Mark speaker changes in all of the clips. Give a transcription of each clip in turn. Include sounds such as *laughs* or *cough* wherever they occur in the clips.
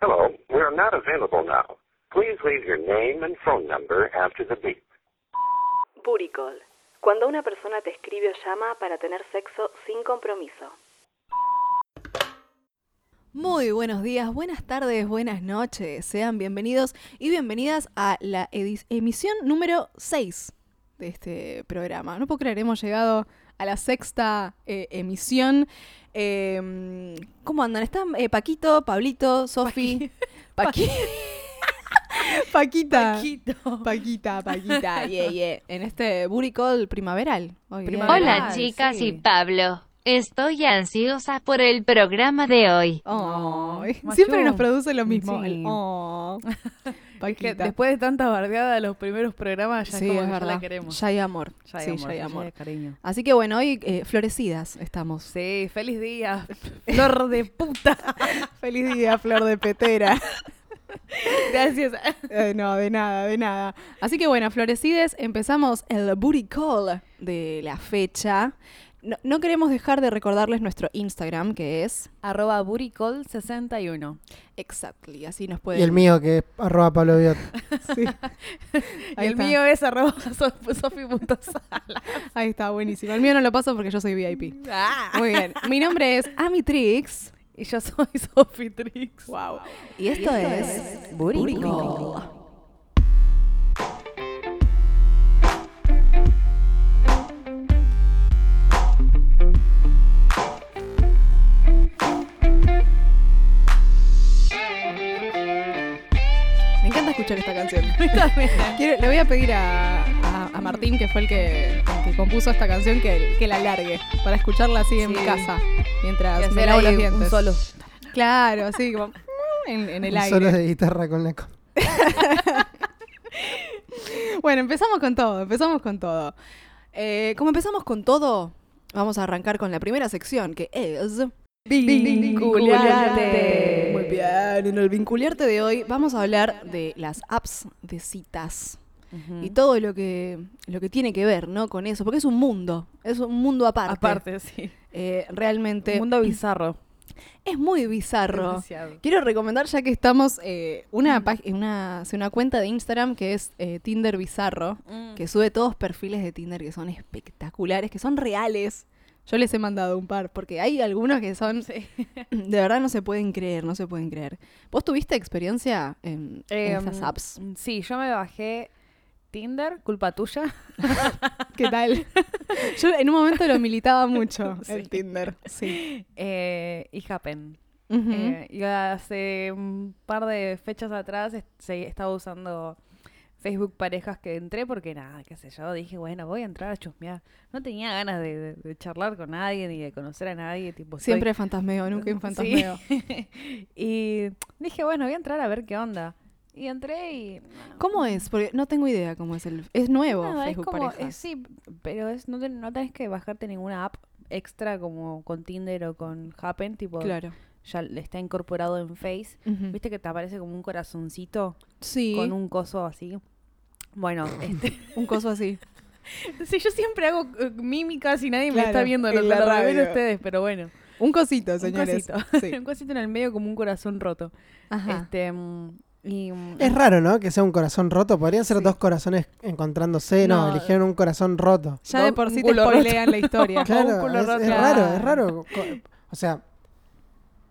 Speaker 1: Hello, we are not available now. Please leave your name and phone number after the beep.
Speaker 2: Booty call. Cuando una persona te escribe o llama para tener sexo sin compromiso.
Speaker 3: Muy buenos días, buenas tardes, buenas noches. Sean bienvenidos y bienvenidas a la edi- emisión número 6 de este programa. No puedo creer, hemos llegado a la sexta eh, emisión. Eh, ¿Cómo andan? ¿Están eh, Paquito, Pablito, Sofi? *laughs* Paqui- *laughs* Paquita.
Speaker 4: Paquito.
Speaker 3: Paquita, Paquita, yeah, yeah. En este booty call primaveral. Hoy día.
Speaker 4: Primaveral.
Speaker 5: Hola
Speaker 4: Ah,
Speaker 5: chicas
Speaker 4: sí.
Speaker 5: y Pablo, estoy ansiosa por el programa de hoy.
Speaker 3: Ay,
Speaker 4: Machu.
Speaker 3: siempre nos produce lo mismo.
Speaker 4: Sí.
Speaker 3: el oh.
Speaker 4: Es que
Speaker 3: *laughs* Paquita.
Speaker 4: después de tanta bardeada los primeros programas ya
Speaker 3: sí,
Speaker 4: es como
Speaker 3: es
Speaker 4: que ya
Speaker 3: verdad.
Speaker 4: la queremos.
Speaker 3: Ya hay amor.
Speaker 4: Ya hay
Speaker 3: sí,
Speaker 4: amor,
Speaker 3: ya hay
Speaker 4: ya
Speaker 3: amor.
Speaker 4: hay cariño.
Speaker 3: Así que bueno, hoy eh, florecidas estamos.
Speaker 4: Sí, feliz día, *laughs* flor de puta.
Speaker 3: *laughs* Feliz día, flor de *laughs* petera.
Speaker 4: Gracias.
Speaker 3: Eh, no, de nada, de nada. Así que bueno, Florecides, empezamos el booty call de la fecha. No, no queremos dejar de recordarles nuestro Instagram, que es
Speaker 4: Arroba buricol61.
Speaker 3: exactly, así nos pueden...
Speaker 6: Y el mío, que es arroba
Speaker 4: *laughs*
Speaker 6: Pablo Biot.
Speaker 3: Sí.
Speaker 4: Y
Speaker 3: Ahí
Speaker 4: el
Speaker 3: está.
Speaker 4: mío es arroba *laughs* sof- sofi.sala.
Speaker 3: Ahí está, buenísimo.
Speaker 4: *laughs*
Speaker 3: El mío no lo paso porque yo soy VIP.
Speaker 4: Ah.
Speaker 3: Muy bien. Mi nombre es Amitrix.
Speaker 4: Y
Speaker 3: *laughs*
Speaker 4: yo soy Sofitrix. Wow.
Speaker 3: Y esto, es, Booty Call. Me encanta escuchar esta
Speaker 4: *laughs*
Speaker 3: canción. Quiero- le voy a pedir a, a- a Martín, que fue el que, el que compuso esta canción, que, que la largue para escucharla así en
Speaker 4: Sí.
Speaker 3: mi casa
Speaker 4: Y
Speaker 3: mientras me
Speaker 4: hacer
Speaker 3: lavo
Speaker 4: ahí
Speaker 3: los
Speaker 4: un
Speaker 3: dientes.
Speaker 4: solo.
Speaker 3: Claro, así como *laughs* en, en el
Speaker 6: Un
Speaker 3: aire.
Speaker 6: solo de guitarra con la... co-
Speaker 3: Bueno, empezamos con todo, empezamos con todo. Eh, como empezamos con todo, vamos a arrancar con la primera sección, que es...
Speaker 4: Vincularte.
Speaker 3: Muy bien, en el vincularte de hoy vamos a hablar de las apps de citas y todo lo que, lo que tiene que ver ¿no? con eso, porque es un mundo, es un mundo aparte.
Speaker 4: Aparte, sí.
Speaker 3: Eh, realmente
Speaker 4: Un mundo bizarro.
Speaker 3: *clears throat* es muy bizarro.
Speaker 4: Demasiado.
Speaker 3: Quiero recomendar, ya que estamos, eh, una, pag- una, hace una cuenta de Instagram que es eh, Tinder Bizarro,
Speaker 4: Mm.
Speaker 3: que sube todos perfiles de Tinder que son espectaculares, que son reales. Yo les he mandado un par, porque hay algunos que son... *laughs* De verdad no se pueden creer, no se pueden creer. ¿Vos tuviste experiencia en, en
Speaker 4: Em,
Speaker 3: estas
Speaker 4: *laughs*
Speaker 3: apps?
Speaker 4: Sí, yo me bajé Tinder, culpa tuya. *laughs*
Speaker 3: ¿Qué tal? *laughs* Yo en un momento lo militaba mucho,
Speaker 4: *laughs* Sí.
Speaker 3: el Tinder. Sí.
Speaker 4: eh, y Happen.
Speaker 3: Ujú.
Speaker 4: *laughs* Eh, y hace un par de fechas atrás est- se estaba usando Facebook Parejas que entré porque nada, qué sé yo, dije, bueno, voy a entrar a chusmear. No tenía ganas de, de- de charlar con nadie ni de conocer a nadie. Tipo, estoy-
Speaker 3: Siempre fantasmeo, nunca un fantasmeo.
Speaker 4: Sí. *laughs* y dije, bueno, voy a entrar a ver qué onda. Y entré y...
Speaker 3: ¿Cómo es? Porque no tengo idea cómo es el... Es nuevo
Speaker 4: Nada, es
Speaker 3: Facebook
Speaker 4: como-
Speaker 3: Parejas.
Speaker 4: es- sí, pero es, no, te- no tenés que bajarte ninguna app extra como con Tinder o con Happen, tipo,
Speaker 3: Claro.
Speaker 4: ya está incorporado en Face.
Speaker 3: Ujú.
Speaker 4: ¿Viste que te aparece como un corazoncito
Speaker 3: Sí.
Speaker 4: con un coso así? Bueno,
Speaker 3: *laughs*
Speaker 4: este... *laughs*
Speaker 3: un coso así.
Speaker 4: sí, yo siempre hago eh, mímicas y nadie
Speaker 3: Claro,
Speaker 4: me está viendo,
Speaker 3: en
Speaker 4: lo,
Speaker 3: la
Speaker 4: lo revelan
Speaker 3: radio.
Speaker 4: ustedes, pero bueno.
Speaker 3: Un cosito,
Speaker 4: un cosito. *laughs* un cosito en el medio como un corazón roto.
Speaker 3: Ajá.
Speaker 4: Este, mm, y, mm, *laughs*
Speaker 6: Es raro, ¿no? Que sea un corazón roto. Podrían ser
Speaker 4: Sí.
Speaker 6: dos corazones encontrándose. No,
Speaker 4: No.
Speaker 6: eligieron un corazón roto.
Speaker 3: ya de
Speaker 4: no,
Speaker 3: por
Speaker 4: un
Speaker 3: sí te
Speaker 4: culo roto.
Speaker 3: spoilean la *laughs* historia.
Speaker 4: un
Speaker 6: Claro,
Speaker 4: culo
Speaker 6: es,
Speaker 4: roto.
Speaker 6: es raro, es raro. Co- O sea,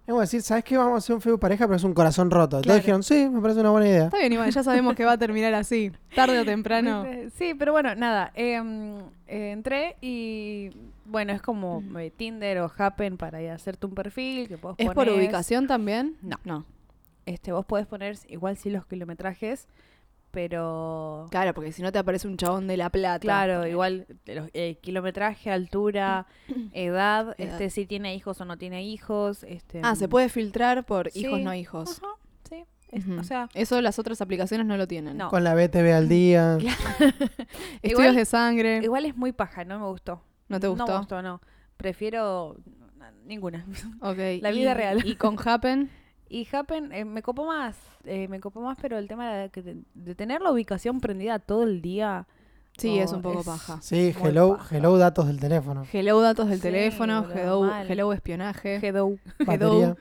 Speaker 6: es como decir, ¿sabes qué? Vamos a hacer un Facebook pareja, pero es un corazón roto.
Speaker 3: Claro.
Speaker 6: Todos dijeron, sí, me parece una buena idea.
Speaker 3: Está bien, Iván, ya sabemos que va a terminar así. Tarde o
Speaker 4: *laughs*
Speaker 3: temprano.
Speaker 4: Eh, Sí, pero bueno, nada. em, eh, entré y bueno, es como eh, Tinder o Happen para ir a hacerte un perfil que vos
Speaker 3: ¿Es por
Speaker 4: ponés.
Speaker 3: ubicación también?
Speaker 4: No.
Speaker 3: No.
Speaker 4: Este, vos podés poner igual sí los kilometrajes, pero
Speaker 3: Claro, porque si no te aparece un chabón de La Plata.
Speaker 4: claro, igual de los- eh, kilometraje, *clears throat* altura, edad, este
Speaker 3: Edad.
Speaker 4: si tiene hijos o no tiene hijos, este
Speaker 3: Ah, se puede filtrar por
Speaker 4: Sí.
Speaker 3: hijos, no hijos.
Speaker 4: Ajá, sí. es-
Speaker 3: Ujú.
Speaker 4: O sea,
Speaker 3: Eso las otras aplicaciones no lo tienen.
Speaker 4: no.
Speaker 6: Con la BTV al
Speaker 4: *laughs*
Speaker 6: día.
Speaker 3: Estudios
Speaker 4: Igual-
Speaker 3: de sangre.
Speaker 4: Igual es muy paja, no me gustó.
Speaker 3: ¿No te
Speaker 4: No
Speaker 3: gustó?
Speaker 4: me gustó, no. Prefiero n- ninguna. *laughs*
Speaker 3: Ok,
Speaker 4: La vida
Speaker 3: y-
Speaker 4: real.
Speaker 3: Y con Happen.
Speaker 4: Y Happen eh, me copó más, eh, me copó más, pero el tema de, que- de tener la ubicación prendida todo el día
Speaker 3: Sí,
Speaker 4: Oh,
Speaker 3: es un poco
Speaker 4: es-
Speaker 3: paja.
Speaker 6: Sí,
Speaker 4: Muy
Speaker 6: hello,
Speaker 4: paja.
Speaker 6: hello datos del teléfono.
Speaker 3: Hello datos del
Speaker 4: Sí,
Speaker 3: teléfono,
Speaker 4: boludo,
Speaker 3: hello,
Speaker 4: mal.
Speaker 3: hello espionaje. Mm,
Speaker 4: Hello.
Speaker 6: Batería.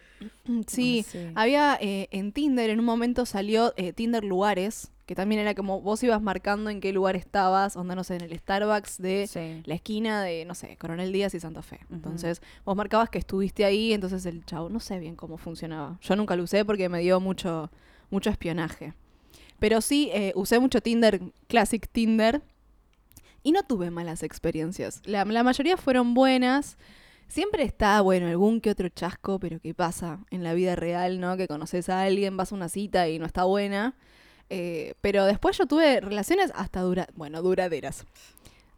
Speaker 3: Sí,
Speaker 4: Sí.
Speaker 3: había eh, en Tinder, en un momento salió eh, Tinder Lugares, que también era como vos ibas marcando en qué lugar estabas, onda, no sé, en el Starbucks de
Speaker 4: Sí.
Speaker 3: la esquina de, no sé, Coronel Díaz y Santa Fe.
Speaker 4: Ujú.
Speaker 3: Entonces, vos marcabas que estuviste ahí, entonces el chavo, no sé bien cómo funcionaba. Yo nunca lo usé porque me dio mucho, mucho espionaje. Pero sí, eh, usé mucho Tinder, Classic Tinder, y no tuve malas experiencias. La, la mayoría fueron buenas. Siempre está, bueno, algún que otro chasco, pero ¿qué pasa en la vida real, no? Que conoces a alguien, vas a una cita y no está buena. Eh, pero después yo tuve relaciones hasta dura, bueno, duraderas.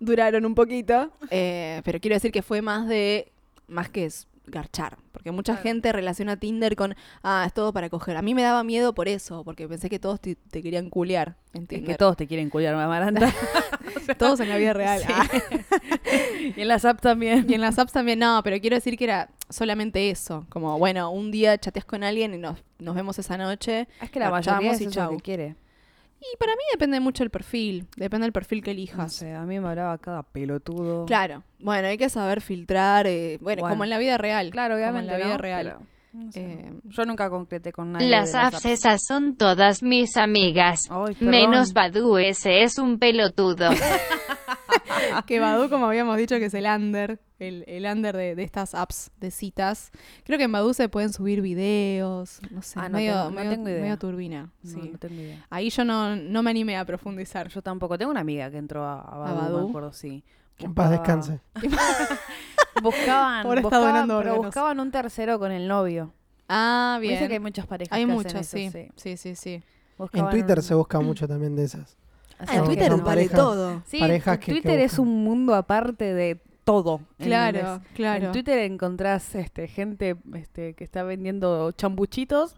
Speaker 3: Duraron un poquito, eh, pero quiero decir que fue más de, más que es garchar, porque mucha gente relaciona Tinder con, ah, es todo para coger. A mí me daba miedo por eso, porque pensé que todos te, te querían culear en
Speaker 4: Es
Speaker 3: Tinder.
Speaker 4: que todos te quieren cuidar, Amaranta.
Speaker 3: *laughs*
Speaker 4: *laughs*
Speaker 3: Todos en la vida real.
Speaker 4: Sí.
Speaker 3: Ah.
Speaker 4: *laughs* y en las apps también.
Speaker 3: *laughs* Y en las apps también, no, pero quiero decir que era solamente eso. Como, bueno, un día chateas con alguien y nos, nos vemos esa noche.
Speaker 4: *laughs* Es que la
Speaker 3: garchamos
Speaker 4: mayoría es
Speaker 3: y
Speaker 4: eso
Speaker 3: chau.
Speaker 4: que quiere.
Speaker 3: Y para mí depende mucho el perfil, depende del perfil que elijas.
Speaker 4: No sé, a mí me hablaba cada pelotudo.
Speaker 3: Claro, bueno, hay que saber filtrar, eh, bueno,
Speaker 4: Bueno.
Speaker 3: como en la vida real.
Speaker 4: Claro, obviamente.
Speaker 3: Como en la vida
Speaker 4: ¿no?
Speaker 3: real.
Speaker 4: Pero, no sé.
Speaker 3: Eh,
Speaker 4: Yo nunca concreté con nadie.
Speaker 5: Las
Speaker 4: de
Speaker 5: apps esas son todas mis amigas.
Speaker 4: Ay, perdón.
Speaker 5: Menos Badu, ese es un *laughs* pelotudo.
Speaker 3: que Badu,
Speaker 4: *laughs*
Speaker 3: como habíamos dicho, que es el under, el, el under de, de estas apps de citas. Creo que en Badu se pueden subir videos, no sé,
Speaker 4: Ah, no
Speaker 3: medio,
Speaker 4: tengo- no
Speaker 3: medio-
Speaker 4: tengo idea.
Speaker 3: medio turbina.
Speaker 4: No,
Speaker 3: sí.
Speaker 4: no tengo idea.
Speaker 3: Ahí yo no, no me animé a profundizar.
Speaker 4: Yo tampoco. Tengo una amiga que entró a, a Badoo,
Speaker 3: Badoo?
Speaker 4: me acuerdo, sí.
Speaker 6: Que en paz descanse.
Speaker 4: *laughs* Buscaban,
Speaker 3: Ahora está
Speaker 4: buscaban-
Speaker 3: donando
Speaker 4: pero
Speaker 3: órganos.
Speaker 4: buscaban un tercero con el novio.
Speaker 3: Ah, bien.
Speaker 4: Dice que hay muchas parejas
Speaker 3: Hay
Speaker 4: que hacen
Speaker 3: muchas,
Speaker 4: eso,
Speaker 3: sí. sí. Sí, sí,
Speaker 6: En
Speaker 4: Buscaban
Speaker 6: Twitter
Speaker 4: un-
Speaker 6: se busca mucho también de esas.
Speaker 4: hacen
Speaker 6: Ah, en
Speaker 4: que
Speaker 6: Twitter
Speaker 4: no.
Speaker 6: son vale parejas. todo.
Speaker 4: Sí,
Speaker 6: parejas que- que
Speaker 4: Twitter es
Speaker 6: buscan.
Speaker 4: un mundo aparte de todo.
Speaker 3: Claro,
Speaker 4: ¿entendés?
Speaker 3: claro.
Speaker 4: En Twitter encontrás este, gente este, que está vendiendo chambuchitos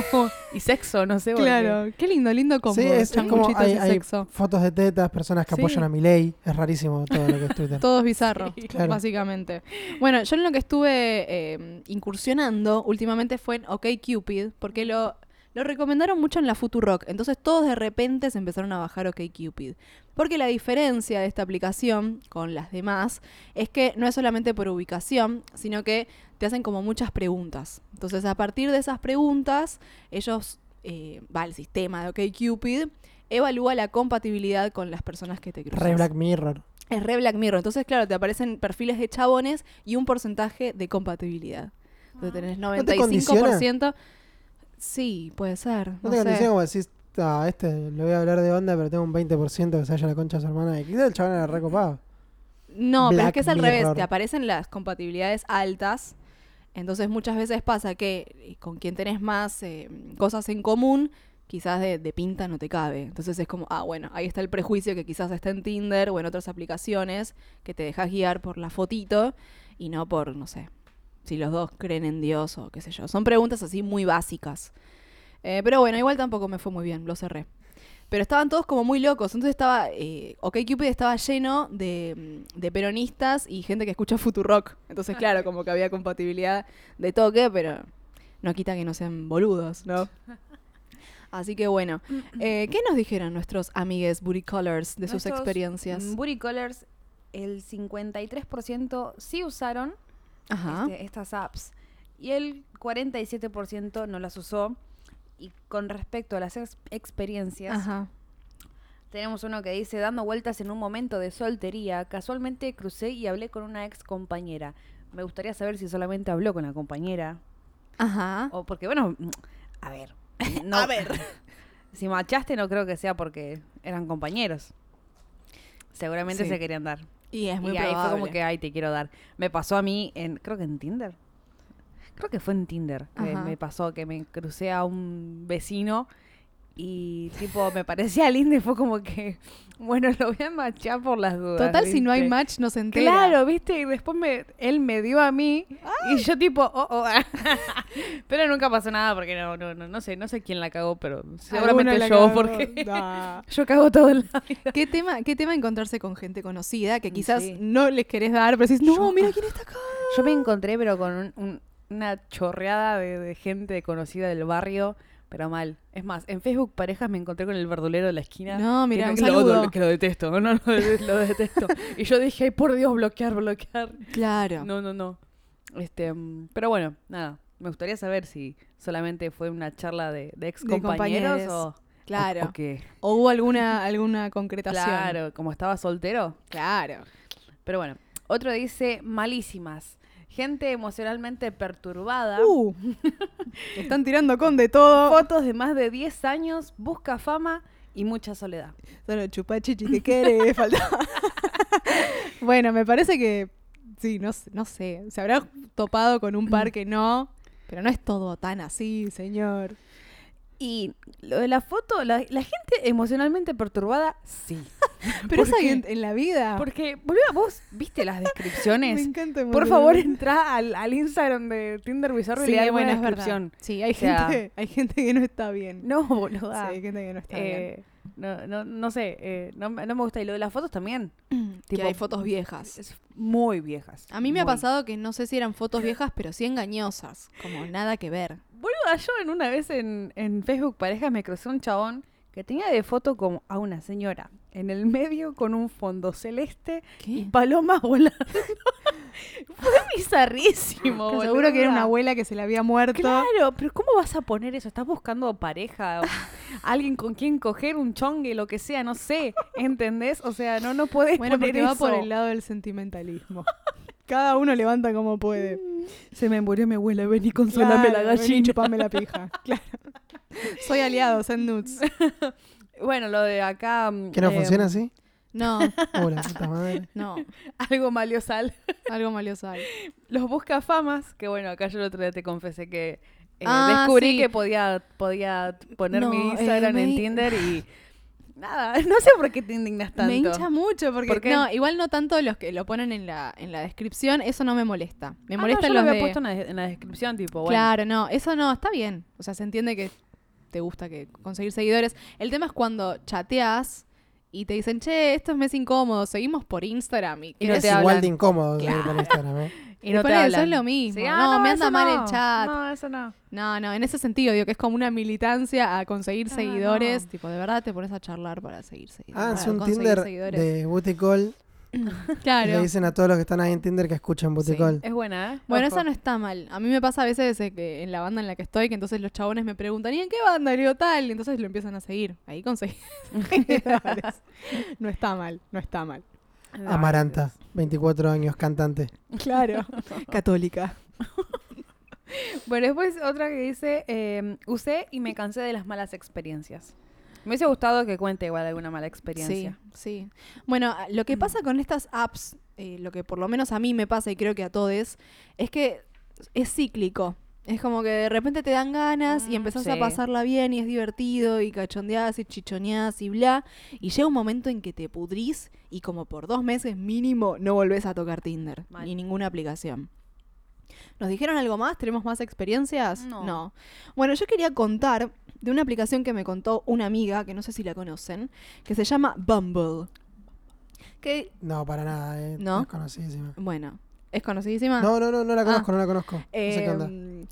Speaker 4: *laughs* y sexo, no sé. porque-
Speaker 3: Claro, qué lindo, lindo combo.
Speaker 6: Sí, es, es como
Speaker 3: Changuchitos
Speaker 6: hay,
Speaker 3: y
Speaker 6: hay
Speaker 3: sexo.
Speaker 6: fotos de tetas, personas que
Speaker 4: Sí.
Speaker 6: apoyan a Milei. Es rarísimo todo lo que es
Speaker 3: *laughs*
Speaker 6: Twitter.
Speaker 3: Todo es bizarro,
Speaker 6: Claro.
Speaker 3: básicamente. Bueno, yo en lo que estuve eh, incursionando últimamente fue en OK Cupid, porque lo, lo recomendaron mucho en la Futurock. Entonces todos de repente se empezaron a bajar OK Cupid. Porque la diferencia de esta aplicación con las demás es que no es solamente por ubicación, sino que te hacen como muchas preguntas. Entonces, a partir de esas preguntas, ellos, eh, va el sistema de OK Cupid, evalúa la compatibilidad con las personas que te cruzas.
Speaker 6: Re Black Mirror.
Speaker 3: Es re Black Mirror. Entonces, claro, te aparecen perfiles de chabones y un porcentaje de compatibilidad. Entonces tenés
Speaker 6: Ah. te
Speaker 3: 95%. sí, puede ser.
Speaker 6: No,
Speaker 3: No,
Speaker 6: te
Speaker 3: sé.
Speaker 6: condiciona como decís, "Ah, este le voy a hablar de onda, pero tengo un 20% que se haya la concha a su hermana. Y quizás el chabón era recopado.
Speaker 3: No, pero es
Speaker 6: Black
Speaker 3: que es al revés.
Speaker 6: Mirror.
Speaker 3: Te aparecen las compatibilidades altas. Entonces, muchas veces pasa que eh, con quien tenés más eh, cosas en común, quizás de, de pinta no te cabe. Entonces es como, ah, bueno, ahí está el prejuicio que quizás está en Tinder o en otras aplicaciones que te dejas guiar por la fotito y no por, no sé, si los dos creen en Dios o qué sé yo. Son preguntas así muy básicas. Eh, pero bueno, igual tampoco me fue muy bien, lo cerré. Pero estaban todos como muy locos. Entonces estaba. Eh, Cupid estaba lleno de, mm, de peronistas y gente que escucha Futurock.
Speaker 4: Ah.
Speaker 3: Entonces, claro, como que había compatibilidad de toque, pero no quita que no sean boludos,
Speaker 4: *laughs*
Speaker 3: ¿no? Así que bueno. Eh, ¿Qué nos dijeron nuestros amigues Booty Colors de sus
Speaker 4: Nuestros,
Speaker 3: experiencias?
Speaker 4: mm, Booty Collars, el 53% sí usaron
Speaker 3: Ajá.
Speaker 4: este, estas apps y el 47% no las usó. Y con respecto a las ex- experiencias,
Speaker 3: Ajá.
Speaker 4: tenemos uno que dice, dando vueltas en un momento de soltería, casualmente crucé y hablé con una ex compañera. Me gustaría saber si solamente habló con la compañera.
Speaker 3: Ajá.
Speaker 4: O porque, bueno, mm,
Speaker 3: *laughs*
Speaker 4: a ver. no- *laughs* si machaste no creo que sea porque eran compañeros. Seguramente
Speaker 3: Sí.
Speaker 4: se querían dar.
Speaker 3: Y es muy
Speaker 4: y ahí fue como
Speaker 3: probable.
Speaker 4: que, ay, te quiero dar. Me pasó a mí, en, creo que en Tinder. Creo que fue en Tinder. que
Speaker 3: Ajá.
Speaker 4: me pasó que me crucé a un vecino y tipo me parecía lindo y fue como que, *laughs* bueno, lo voy a machar por las dudas.
Speaker 3: Total, si no hay
Speaker 4: ¿viste?
Speaker 3: match, no se entera.
Speaker 4: Claro, viste, y después me, él me dio a mí y yo tipo, oh, *laughs* oh. pero nunca pasó nada porque no, no, no, no sé, no sé quién la cagó, pero seguramente
Speaker 3: la
Speaker 4: yo
Speaker 3: cagó.
Speaker 4: porque
Speaker 3: Nah.
Speaker 4: *laughs* yo cago todo el
Speaker 3: ¿Qué tema, ¿Qué tema encontrarse con gente conocida que
Speaker 4: Mm,
Speaker 3: quizás
Speaker 4: sí.
Speaker 3: no les querés dar, pero decís, no,
Speaker 4: Yo- *laughs*
Speaker 3: mira quién está acá?
Speaker 4: Yo me encontré, pero con un- un- una chorreada de, de gente conocida del barrio, pero mal. Es más, en Facebook Parejas me encontré con el verdulero de la esquina.
Speaker 3: No,
Speaker 4: que
Speaker 3: mirá, un
Speaker 4: lo, odio,
Speaker 3: saludo.
Speaker 4: que lo detesto, no, no, lo, de-
Speaker 3: *laughs*
Speaker 4: lo detesto. y yo dije, ay, por Dios, bloquear, bloquear.
Speaker 3: Claro.
Speaker 4: No, no, no. Este, mm, pero bueno, nada. Me gustaría saber si solamente fue una charla de, de ex compañeros
Speaker 3: compañeros.
Speaker 4: o,
Speaker 3: Claro.
Speaker 4: o qué.
Speaker 3: O hubo alguna, alguna concretación.
Speaker 4: Claro, como estaba soltero.
Speaker 3: Claro.
Speaker 4: Pero bueno, otro dice malísimas. Gente emocionalmente perturbada.
Speaker 3: Uh, te están tirando con de todo.
Speaker 4: Fotos de más de 10 años, busca fama y mucha soledad.
Speaker 3: Solo chupá chichi te quiere, *laughs* faltaba. bueno, me parece que sí, no, s- no sé. Se habrá topado con un par que *clears throat* no. Pero no es todo tan así, señor.
Speaker 4: Y lo de la foto, la, la gente emocionalmente perturbada, sí.
Speaker 3: *laughs* Pero
Speaker 4: ¿Por
Speaker 3: eso hay
Speaker 4: qué?
Speaker 3: en, en la vida.
Speaker 4: ah, Porque, boluda, vos viste las
Speaker 3: *laughs* Me
Speaker 4: descripciones.
Speaker 3: encanta.
Speaker 4: Por
Speaker 3: Manuel. *laughs*
Speaker 4: favor, entra al, al Instagram de Tinder Bizarro y
Speaker 3: Sí,
Speaker 4: le da
Speaker 3: bueno,
Speaker 4: buena
Speaker 3: es verdad.
Speaker 4: descripción.
Speaker 3: Sí, hay
Speaker 4: O sea- *laughs*
Speaker 3: gente, hay gente que no está bien.
Speaker 4: No,
Speaker 3: Sí,
Speaker 4: boluda.
Speaker 3: hay gente que no está
Speaker 4: Eh, no, no, no sé, eh, no, me- no me gusta. Y lo de las fotos también.
Speaker 3: bien. Que
Speaker 4: tipo-
Speaker 3: hay fotos viejas.
Speaker 4: Es muy viejas.
Speaker 3: A mí me ha
Speaker 4: muy.
Speaker 3: pasado que no sé si eran fotos viejas, pero sí engañosas. Como nada que ver.
Speaker 4: Boluda, yo en una vez en, en Facebook Parejas me crucé un chabón que tenía de foto como a una señora en el medio con un fondo celeste
Speaker 3: ¿Qué?
Speaker 4: y palomas *laughs* volando. Fue bizarrísimo,
Speaker 3: Que seguro que era una
Speaker 4: boluda.
Speaker 3: abuela que se le había muerto.
Speaker 4: Claro, pero ¿cómo vas a poner eso? ¿Estás buscando pareja? *laughs* O ¿Alguien con quien coger? ¿Un chongue? Lo que sea, no sé. ¿Entendés? O sea, no, no podés
Speaker 3: Bueno,
Speaker 4: poner
Speaker 3: porque
Speaker 4: eso.
Speaker 3: va por el lado del sentimentalismo. *laughs* Cada uno levanta como puede.
Speaker 4: Se me murió mi abuela, ven y
Speaker 3: Solame
Speaker 4: consolame la gallina.
Speaker 3: chupame la pija. Claro. Soy aliado, send nudes.
Speaker 4: Bueno, lo de acá... mm,
Speaker 6: ¿Que no
Speaker 4: eh,
Speaker 3: *laughs*
Speaker 6: funciona así?
Speaker 3: No,
Speaker 6: Oh, la puta madre.
Speaker 3: no.
Speaker 4: Algo maliosal.
Speaker 3: Algo valioso
Speaker 4: *laughs*
Speaker 3: hay.
Speaker 4: Los buscafamas, que bueno, acá yo el otro día te confesé que eh,
Speaker 3: Ah,
Speaker 4: descubrí
Speaker 3: sí.
Speaker 4: que podía, podía poner
Speaker 3: No,
Speaker 4: mi
Speaker 3: eh,
Speaker 4: Instagram
Speaker 3: me-
Speaker 4: en Tinder *laughs* y... Nada, *laughs* no sé por qué te indignas tanto.
Speaker 3: Me hincha mucho porque
Speaker 4: ¿Por qué?
Speaker 3: no, igual no tanto los que lo ponen en la, en la descripción, eso no me molesta. Me
Speaker 4: Ah, no,
Speaker 3: molestan
Speaker 4: yo lo
Speaker 3: los
Speaker 4: había
Speaker 3: de
Speaker 4: puesto en la, en la descripción, tipo, bueno.
Speaker 3: Claro, no, eso no, está bien. O sea, se entiende que te gusta que conseguir seguidores. El tema es cuando chateas y te dicen, "Che, esto es mes incómodo, seguimos por Instagram" y,
Speaker 4: Y no
Speaker 3: querés-
Speaker 6: es
Speaker 4: te
Speaker 6: igual
Speaker 4: hablan.
Speaker 6: de incómodo seguir por Instagram,
Speaker 3: *laughs*
Speaker 6: ¿eh?
Speaker 4: Y no
Speaker 3: Por
Speaker 4: te
Speaker 3: eso
Speaker 4: hablan.
Speaker 3: es lo mismo.
Speaker 4: Sí,
Speaker 3: No, me
Speaker 4: eso
Speaker 3: anda mal el
Speaker 4: no.
Speaker 3: chat.
Speaker 4: No, eso no.
Speaker 3: No, no, en ese sentido, digo que es como una militancia a conseguir
Speaker 4: Ah,
Speaker 3: seguidores,
Speaker 4: no.
Speaker 3: tipo, de verdad te pones a charlar para seguir seguidores.
Speaker 6: Ah,
Speaker 3: para
Speaker 6: es un
Speaker 3: conseguir
Speaker 6: Tinder
Speaker 3: seguidores.
Speaker 6: de Booty Call. Y le
Speaker 3: Claro.
Speaker 6: dicen a todos los que están ahí en Tinder que escuchen Booty
Speaker 3: Sí.
Speaker 6: Call.
Speaker 4: Es buena, ¿eh?
Speaker 3: Bueno,
Speaker 4: Ojo.
Speaker 3: eso no está mal. A mí me pasa a veces eh, que en la banda en la que estoy, que entonces los chabones me preguntan, ¿y en qué banda? Y le digo, tal, y entonces lo empiezan a seguir. Ahí conseguí. *laughs* seguidores. no está mal, no está mal.
Speaker 4: Ay,
Speaker 6: Amaranta, 24 años, cantante.
Speaker 3: Claro. Católica.
Speaker 4: Dios. Bueno, después otra que dice, eh, usé y me cansé de las malas experiencias. Me hubiese gustado que cuente igual alguna mala
Speaker 3: Sí,
Speaker 4: experiencia. Mm.
Speaker 3: sí. Bueno, a- lo que pasa con estas apps, eh, lo que por lo menos a mí me pasa y creo que a todos, es que es cíclico. Es como que de repente te dan ganas
Speaker 4: Mm,
Speaker 3: y empezás
Speaker 4: sí.
Speaker 3: a pasarla bien y es divertido y cachondeás y chichoneás y bla. Y llega un momento en que te pudrís y como por dos meses mínimo no volvés a tocar Tinder
Speaker 4: Mal.
Speaker 3: ni ninguna aplicación. ¿Nos dijeron algo más? ¿Tenemos más experiencias?
Speaker 4: No.
Speaker 3: Bueno, yo quería contar de una aplicación que me contó una amiga, que no sé si la conocen, que se llama Bumble. Que,
Speaker 6: No, para nada, ¿eh?
Speaker 3: ¿No?
Speaker 6: Es conocidísima.
Speaker 3: bueno, es conocidísima.
Speaker 6: No, no, no, no la conozco, no la conozco. no sé qué onda.
Speaker 3: Ah. Eh,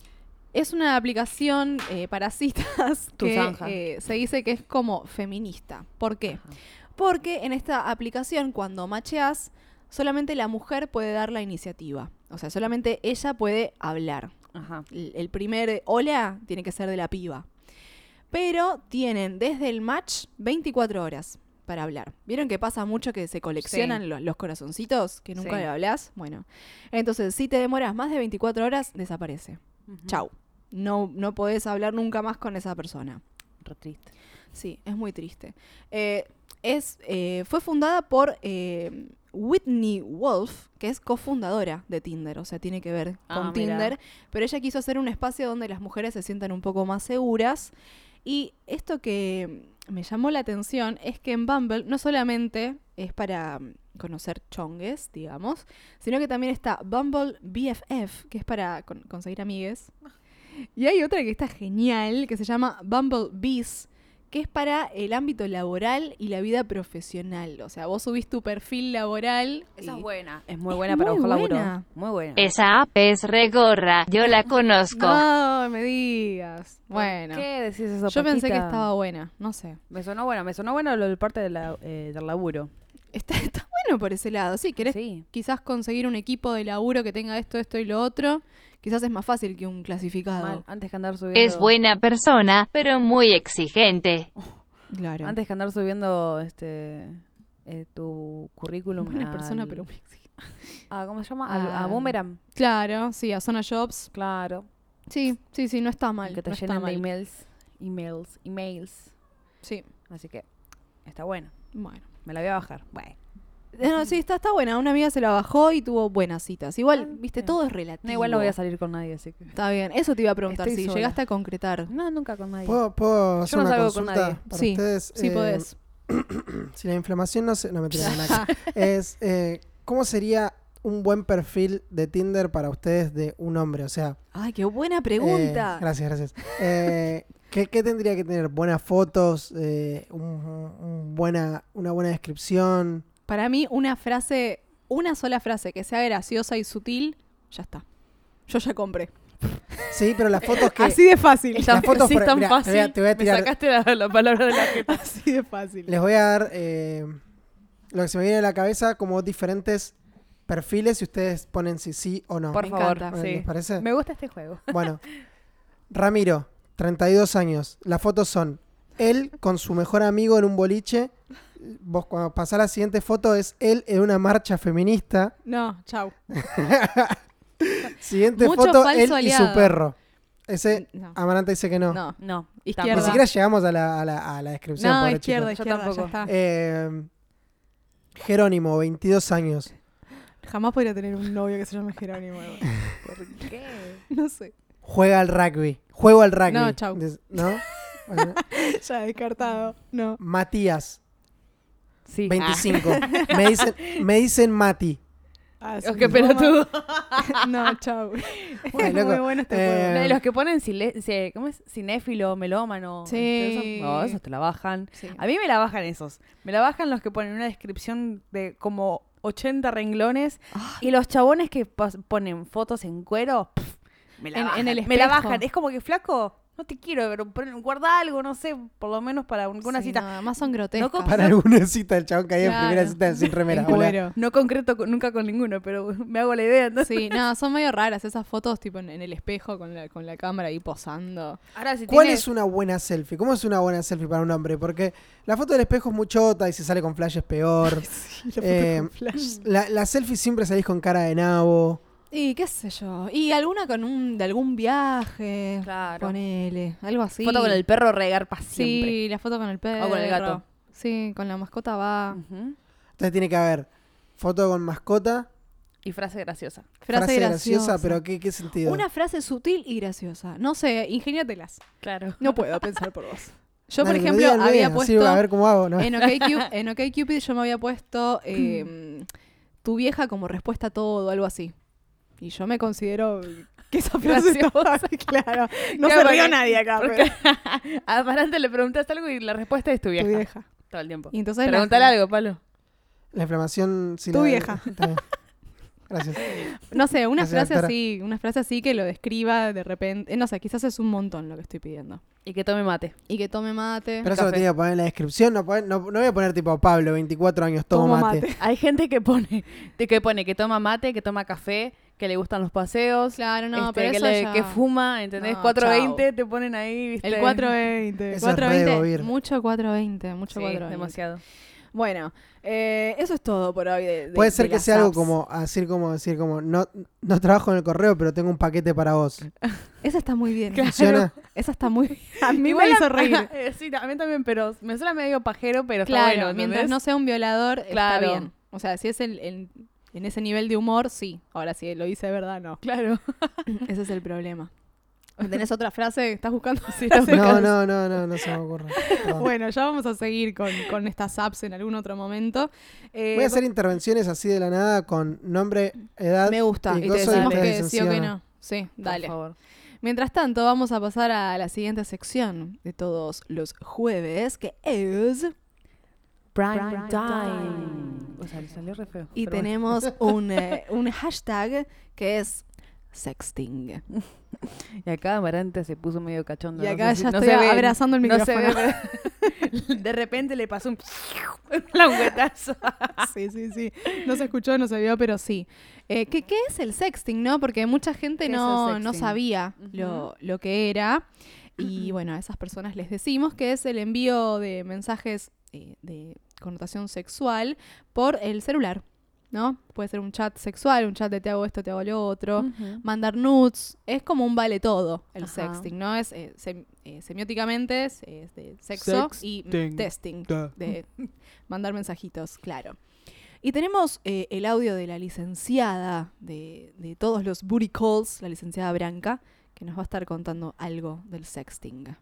Speaker 3: es una aplicación eh, para citas
Speaker 4: Tu
Speaker 3: que
Speaker 4: zanja.
Speaker 3: eh, se dice que es como feminista. ¿Por qué?
Speaker 4: Ajá.
Speaker 3: Porque en esta aplicación, cuando macheas, solamente la mujer puede dar la iniciativa. O sea, solamente ella puede hablar
Speaker 4: Ajá.
Speaker 3: el el primer hola tiene que ser de la piba. Pero tienen desde el match 24 horas para hablar. ¿Vieron que pasa mucho que se coleccionan lo- los, corazoncitos que nunca
Speaker 4: Sí.
Speaker 3: le hablas? Bueno, entonces si te demoras más de 24 horas, desaparece.
Speaker 4: Ujú.
Speaker 3: Chau. No, no podés hablar nunca más con esa persona.
Speaker 4: Re triste.
Speaker 3: Sí, es muy triste. Eh, es, eh, fue fundada por eh, Whitney Wolf, que es cofundadora de Tinder, o sea, tiene que ver
Speaker 4: Ah,
Speaker 3: con
Speaker 4: mirá.
Speaker 3: Tinder, pero ella quiso hacer un espacio donde las mujeres se sientan un poco más seguras. Y esto que me llamó la atención es que en Bumble no solamente es para mm, conocer chongues, digamos, sino que también está Bumble BFF, que es para con- conseguir amigues. Y hay otra que está genial, que se llama Bumble Bees, que es para el ámbito laboral y la vida profesional. O sea, vos subís tu perfil laboral.
Speaker 4: Esa
Speaker 3: y-
Speaker 4: es buena. Es muy
Speaker 3: Es
Speaker 4: buena para
Speaker 3: muy
Speaker 4: buscar laburo.
Speaker 3: buena.
Speaker 4: Muy buena.
Speaker 5: Esa app es regorra, yo la conozco.
Speaker 3: No me digas.
Speaker 4: ¿Por
Speaker 3: Bueno,
Speaker 4: ¿Qué decís eso,
Speaker 3: yo pensé que
Speaker 4: Paquita?
Speaker 3: estaba buena, no sé.
Speaker 4: Me sonó bueno, me sonó bueno lo del parte de la- eh, del laburo.
Speaker 3: Está, está bueno por ese lado. Sí, querés
Speaker 4: Sí.
Speaker 3: quizás conseguir un equipo de laburo que tenga esto, esto y lo otro. Quizás es más fácil que un clasificado.
Speaker 4: Mal, antes que andar subiendo.
Speaker 5: Es buena persona, pero muy exigente.
Speaker 3: Claro.
Speaker 4: Antes que andar subiendo este eh, tu currículum.
Speaker 3: buena persona,
Speaker 4: al-
Speaker 3: pero muy exigente.
Speaker 4: Ah, ¿Cómo se llama? Al- a
Speaker 3: Al-
Speaker 4: Boomerang.
Speaker 3: Claro, sí, a Zona Jobs.
Speaker 4: Claro.
Speaker 3: Sí, sí, sí, no está mal.
Speaker 4: que te
Speaker 3: no está
Speaker 4: llenan de
Speaker 3: mal.
Speaker 4: emails. Emails. Emails.
Speaker 3: Sí,
Speaker 4: Así que está bueno.
Speaker 3: bueno.
Speaker 4: Me la voy a bajar. Bueno.
Speaker 3: Eh, No, sí, está, está buena. Una amiga se la bajó y tuvo buenas citas. Igual,
Speaker 4: Ah,
Speaker 3: viste,
Speaker 4: bien.
Speaker 3: todo es relativo.
Speaker 4: No, igual no voy a salir con nadie, así que.
Speaker 3: Está bien, eso te iba a preguntar,
Speaker 4: Estoy
Speaker 3: si
Speaker 4: sola.
Speaker 3: llegaste a concretar.
Speaker 4: No, nunca con nadie.
Speaker 6: ¿Puedo, puedo hacer
Speaker 4: no
Speaker 6: una
Speaker 4: salgo con
Speaker 6: consulta
Speaker 4: nadie.
Speaker 6: para
Speaker 3: sí,
Speaker 6: ustedes?
Speaker 3: sí
Speaker 6: Eh,
Speaker 3: podés.
Speaker 6: Si la inflamación no se... No, mentira,
Speaker 3: *laughs*
Speaker 6: nada que ver. es, eh, ¿Cómo sería un buen perfil de Tinder para ustedes de un hombre? O sea...
Speaker 3: Ay, qué buena
Speaker 6: eh,
Speaker 3: pregunta.
Speaker 6: gracias, gracias. Eh, ¿qué, qué tendría que tener? ¿Buenas fotos? Eh, un- un buena, ¿Una buena descripción?
Speaker 3: Para mí, una frase, una sola frase que sea graciosa y sutil, ya está. Yo ya compré.
Speaker 6: Sí, pero las fotos que...
Speaker 3: Así de fácil.
Speaker 6: Las
Speaker 3: *laughs*
Speaker 6: fotos
Speaker 4: así
Speaker 6: por-
Speaker 4: tan
Speaker 6: mirá, te
Speaker 4: fácil.
Speaker 6: voy a- te voy a tirar-
Speaker 4: Ah, Me sacaste la, la palabra de
Speaker 6: *laughs*
Speaker 4: la gente.
Speaker 3: Así de fácil.
Speaker 6: Les voy a dar eh, lo que se me viene a la cabeza como diferentes perfiles y ustedes ponen si sí o no.
Speaker 4: Por
Speaker 3: Me
Speaker 4: favor.
Speaker 3: encanta.
Speaker 6: Bueno,
Speaker 4: sí.
Speaker 6: ¿Les parece?
Speaker 4: Me gusta este juego.
Speaker 3: *laughs*
Speaker 6: Bueno, Ramiro, 32 años. Las fotos son él con su mejor amigo en un boliche. Vos cuando pasás la siguiente foto es él en una marcha feminista.
Speaker 3: No, chau.
Speaker 6: Siguiente
Speaker 3: Mucho
Speaker 6: foto,
Speaker 3: falso
Speaker 6: él y
Speaker 3: aliado.
Speaker 6: su perro. Ese,
Speaker 3: No.
Speaker 6: Amaranta dice que no.
Speaker 3: No,
Speaker 4: No.
Speaker 3: Izquierda.
Speaker 6: Ni
Speaker 3: verdad.
Speaker 6: siquiera llegamos a la, a la- a la descripción.
Speaker 3: no,
Speaker 6: pobre
Speaker 3: izquierda,
Speaker 6: chico.
Speaker 4: Yo
Speaker 3: izquierda, ya
Speaker 4: tampoco.
Speaker 3: está.
Speaker 6: Eh, Jerónimo, 22 años.
Speaker 3: Jamás podría tener un novio que se llame Jerónimo. *laughs* güey.
Speaker 4: ¿Por qué?
Speaker 3: No sé.
Speaker 6: Juega al rugby. Juego al rugby.
Speaker 3: No, chau.
Speaker 6: Des-
Speaker 3: *laughs*
Speaker 6: ¿no? Bueno.
Speaker 3: Ya descartado. No.
Speaker 6: Matías,
Speaker 4: Sí.
Speaker 6: 25. Me, dicen, me dicen Mati.
Speaker 3: Ah,
Speaker 4: Los
Speaker 3: sí,
Speaker 4: que
Speaker 3: no,
Speaker 4: pelotudo.
Speaker 3: ma- No, chau.
Speaker 6: Ay,
Speaker 3: *laughs* Es muy
Speaker 6: loco.
Speaker 3: bueno este
Speaker 6: Eh,
Speaker 3: juego.
Speaker 4: No, y los que ponen cile- ce- ¿cómo es? cinéfilo, melómano.
Speaker 3: Sí.
Speaker 4: entonces, No, esos te la bajan.
Speaker 3: Sí.
Speaker 4: A mí me la bajan esos. Me la bajan los que ponen una descripción de como 80 renglones.
Speaker 3: Ah.
Speaker 4: Y los chabones que pas- ponen fotos en cuero, pff, me la
Speaker 3: En- en
Speaker 4: bajan.
Speaker 3: el
Speaker 4: me la
Speaker 3: espejo.
Speaker 4: bajan. Es como que flaco, no te quiero, pero pon- guarda algo, no sé, por lo menos para alguna
Speaker 3: Sí,
Speaker 4: cita.
Speaker 3: no, además son grotescos.
Speaker 4: No
Speaker 6: Para alguna cita, el chabón caía en
Speaker 3: Claro.
Speaker 6: primera cita sin remera.
Speaker 3: En
Speaker 6: Hola.
Speaker 3: cuero.
Speaker 4: No concreto con- nunca con ninguno, pero *laughs* me hago la idea. entonces.
Speaker 3: Sí, no, son medio raras esas fotos tipo en, en el espejo con la, con la cámara ahí posando.
Speaker 4: *laughs* Ahora, si
Speaker 6: ¿Cuál
Speaker 4: tiene-
Speaker 6: es una buena selfie? ¿Cómo es una buena selfie para un hombre? Porque la foto del espejo es muy chota y si sale con flash
Speaker 3: *laughs*
Speaker 6: es peor. Eh, la, la selfie siempre salís con cara de nabo.
Speaker 3: Y qué sé yo. Y alguna con un de algún viaje.
Speaker 4: Claro.
Speaker 3: Ponele, algo así.
Speaker 4: Foto con el perro regar para
Speaker 3: Sí,
Speaker 4: siempre.
Speaker 3: la foto con el perro.
Speaker 4: O con el gato.
Speaker 3: Sí, con la mascota va.
Speaker 4: Ujú.
Speaker 6: Entonces tiene que haber foto con mascota,
Speaker 4: Y frase graciosa.
Speaker 3: Frase, graciosa.
Speaker 6: pero ¿qué, qué sentido?
Speaker 3: Una frase sutil y graciosa. No sé, ingéniatelas.
Speaker 4: Claro.
Speaker 3: No puedo pensar por vos. Yo,
Speaker 6: *laughs* Dale,
Speaker 3: por
Speaker 6: que me
Speaker 3: ejemplo,
Speaker 6: digan, me
Speaker 3: había
Speaker 6: digan, así
Speaker 3: puesto...
Speaker 6: a ver cómo hago, ¿no?
Speaker 3: En OkCupid,
Speaker 6: *laughs*
Speaker 3: en OkCupid yo me había puesto eh, tu vieja como respuesta a todo, algo así. Y yo me
Speaker 4: *laughs*
Speaker 3: considero que esa frase estaba- *laughs* claro. No
Speaker 4: Claro,
Speaker 3: se rió
Speaker 4: porque-
Speaker 3: nadie acá,
Speaker 4: porque-
Speaker 3: pero
Speaker 4: A Amaranta Ah, le preguntas algo y la respuesta es tu vieja.
Speaker 3: tu vieja.
Speaker 4: Todo el tiempo.
Speaker 3: Y entonces la-
Speaker 4: Pregúntale algo, Pablo.
Speaker 6: La inflamación. sí
Speaker 3: Tu
Speaker 6: la-
Speaker 3: vieja.
Speaker 6: está bien. Gracias.
Speaker 3: *laughs* No sé, una
Speaker 6: Gracias,
Speaker 3: frase
Speaker 6: doctora.
Speaker 3: así, una frase así que lo describa de repente. eh, No sé, quizás es un montón lo que estoy pidiendo.
Speaker 4: Y que tome mate.
Speaker 3: Y que tome mate.
Speaker 6: Pero eso lo
Speaker 4: Café.
Speaker 6: tenía que poner en la descripción. No, pon- no, no voy a poner tipo Pablo, 24 años, tomo,
Speaker 3: Tomo
Speaker 6: mate.
Speaker 3: mate.
Speaker 4: Hay gente que pone, de que pone que toma mate, que toma café, que le gustan los paseos.
Speaker 3: claro, no,
Speaker 4: este,
Speaker 3: pero
Speaker 4: que,
Speaker 3: eso
Speaker 4: le-
Speaker 3: ya-
Speaker 4: que fuma, ¿entendés?
Speaker 3: No,
Speaker 4: 420 te ponen ahí, ¿viste?
Speaker 3: El 420.
Speaker 6: Eso es
Speaker 3: 420.
Speaker 6: rebobir.
Speaker 3: Mucho 420, mucho
Speaker 4: Sí,
Speaker 3: 420.
Speaker 4: demasiado.
Speaker 3: Bueno, eh, eso es todo por hoy. de- de-
Speaker 6: *laughs* Puede
Speaker 3: de
Speaker 6: ser que
Speaker 3: las
Speaker 6: sea algo
Speaker 3: apps.
Speaker 6: como así como decir como no, no trabajo en el correo, pero tengo un paquete
Speaker 3: *laughs*
Speaker 6: para vos.
Speaker 3: Esa está muy bien.
Speaker 6: ¿Funciona?
Speaker 3: Esa está muy bien. *laughs* A mí
Speaker 4: Igual
Speaker 3: me hizo
Speaker 4: a-
Speaker 3: *laughs* reír.
Speaker 4: *laughs* eh, sí, a mí también, pero me suena medio pajero, pero está
Speaker 3: Claro,
Speaker 4: bueno. ¿entendés?
Speaker 3: mientras no sea un violador,
Speaker 4: Claro.
Speaker 3: está bien. O sea, si es el, el- en ese nivel de humor, sí. Ahora, si lo hice de verdad, no.
Speaker 4: Claro.
Speaker 3: *laughs* Ese es el problema.
Speaker 4: *laughs*
Speaker 3: ¿Tenés otra frase? ¿Estás buscando? *laughs*
Speaker 6: No, no, no, no, no se me ocurre. Perdón.
Speaker 3: Bueno, ya vamos a seguir con, con estas apps en algún otro momento. Eh,
Speaker 6: Voy a hacer intervenciones así de la nada con nombre, edad.
Speaker 3: Me gusta. Y te
Speaker 6: coso
Speaker 3: decimos
Speaker 6: ustedes
Speaker 3: que sí o que
Speaker 6: sancionan.
Speaker 3: no. Sí,
Speaker 4: Por
Speaker 3: dale.
Speaker 4: favor.
Speaker 3: Mientras tanto, vamos a pasar a la siguiente sección de todos los jueves, que es...
Speaker 4: Prime, time. O sea, le salió re feo.
Speaker 3: Y
Speaker 4: pero bueno.
Speaker 3: tenemos
Speaker 4: *laughs*
Speaker 3: un, eh, un hashtag que es sexting.
Speaker 4: Y acá Amarante se puso medio cachondo.
Speaker 3: Y
Speaker 4: no
Speaker 3: acá
Speaker 4: sé si-
Speaker 3: ya
Speaker 4: no
Speaker 3: estoy
Speaker 4: se ve-
Speaker 3: abrazando el
Speaker 4: no se ve,
Speaker 3: micrófono.
Speaker 4: pero- *laughs* de repente le pasó un *laughs* languetazo.
Speaker 3: Sí, sí, sí. *laughs* No se escuchó, no se vio, pero sí. Eh, ¿qué, qué es el sexting, no? Porque mucha gente
Speaker 4: ¿Qué es
Speaker 3: no,
Speaker 4: el
Speaker 3: no
Speaker 4: sexting?
Speaker 3: sabía lo, lo que era.
Speaker 4: *clears throat*
Speaker 3: Y bueno, a esas personas les decimos que es el envío de mensajes eh, de connotación sexual por el celular, ¿no? Puede ser un chat sexual, un chat de te hago esto, te hago lo otro. Mandar nudes, es como un vale todo el
Speaker 4: Ajá.
Speaker 3: sexting, ¿no? Es eh, sem- eh, semióticamente, es, es de sexo y mm,
Speaker 6: Sexting.
Speaker 3: testing,
Speaker 6: Ta.
Speaker 3: de *laughs* mandar mensajitos, claro. Y tenemos eh, el audio de la licenciada de, de todos los booty calls, la licenciada Branca, que nos va a estar contando algo del sexting.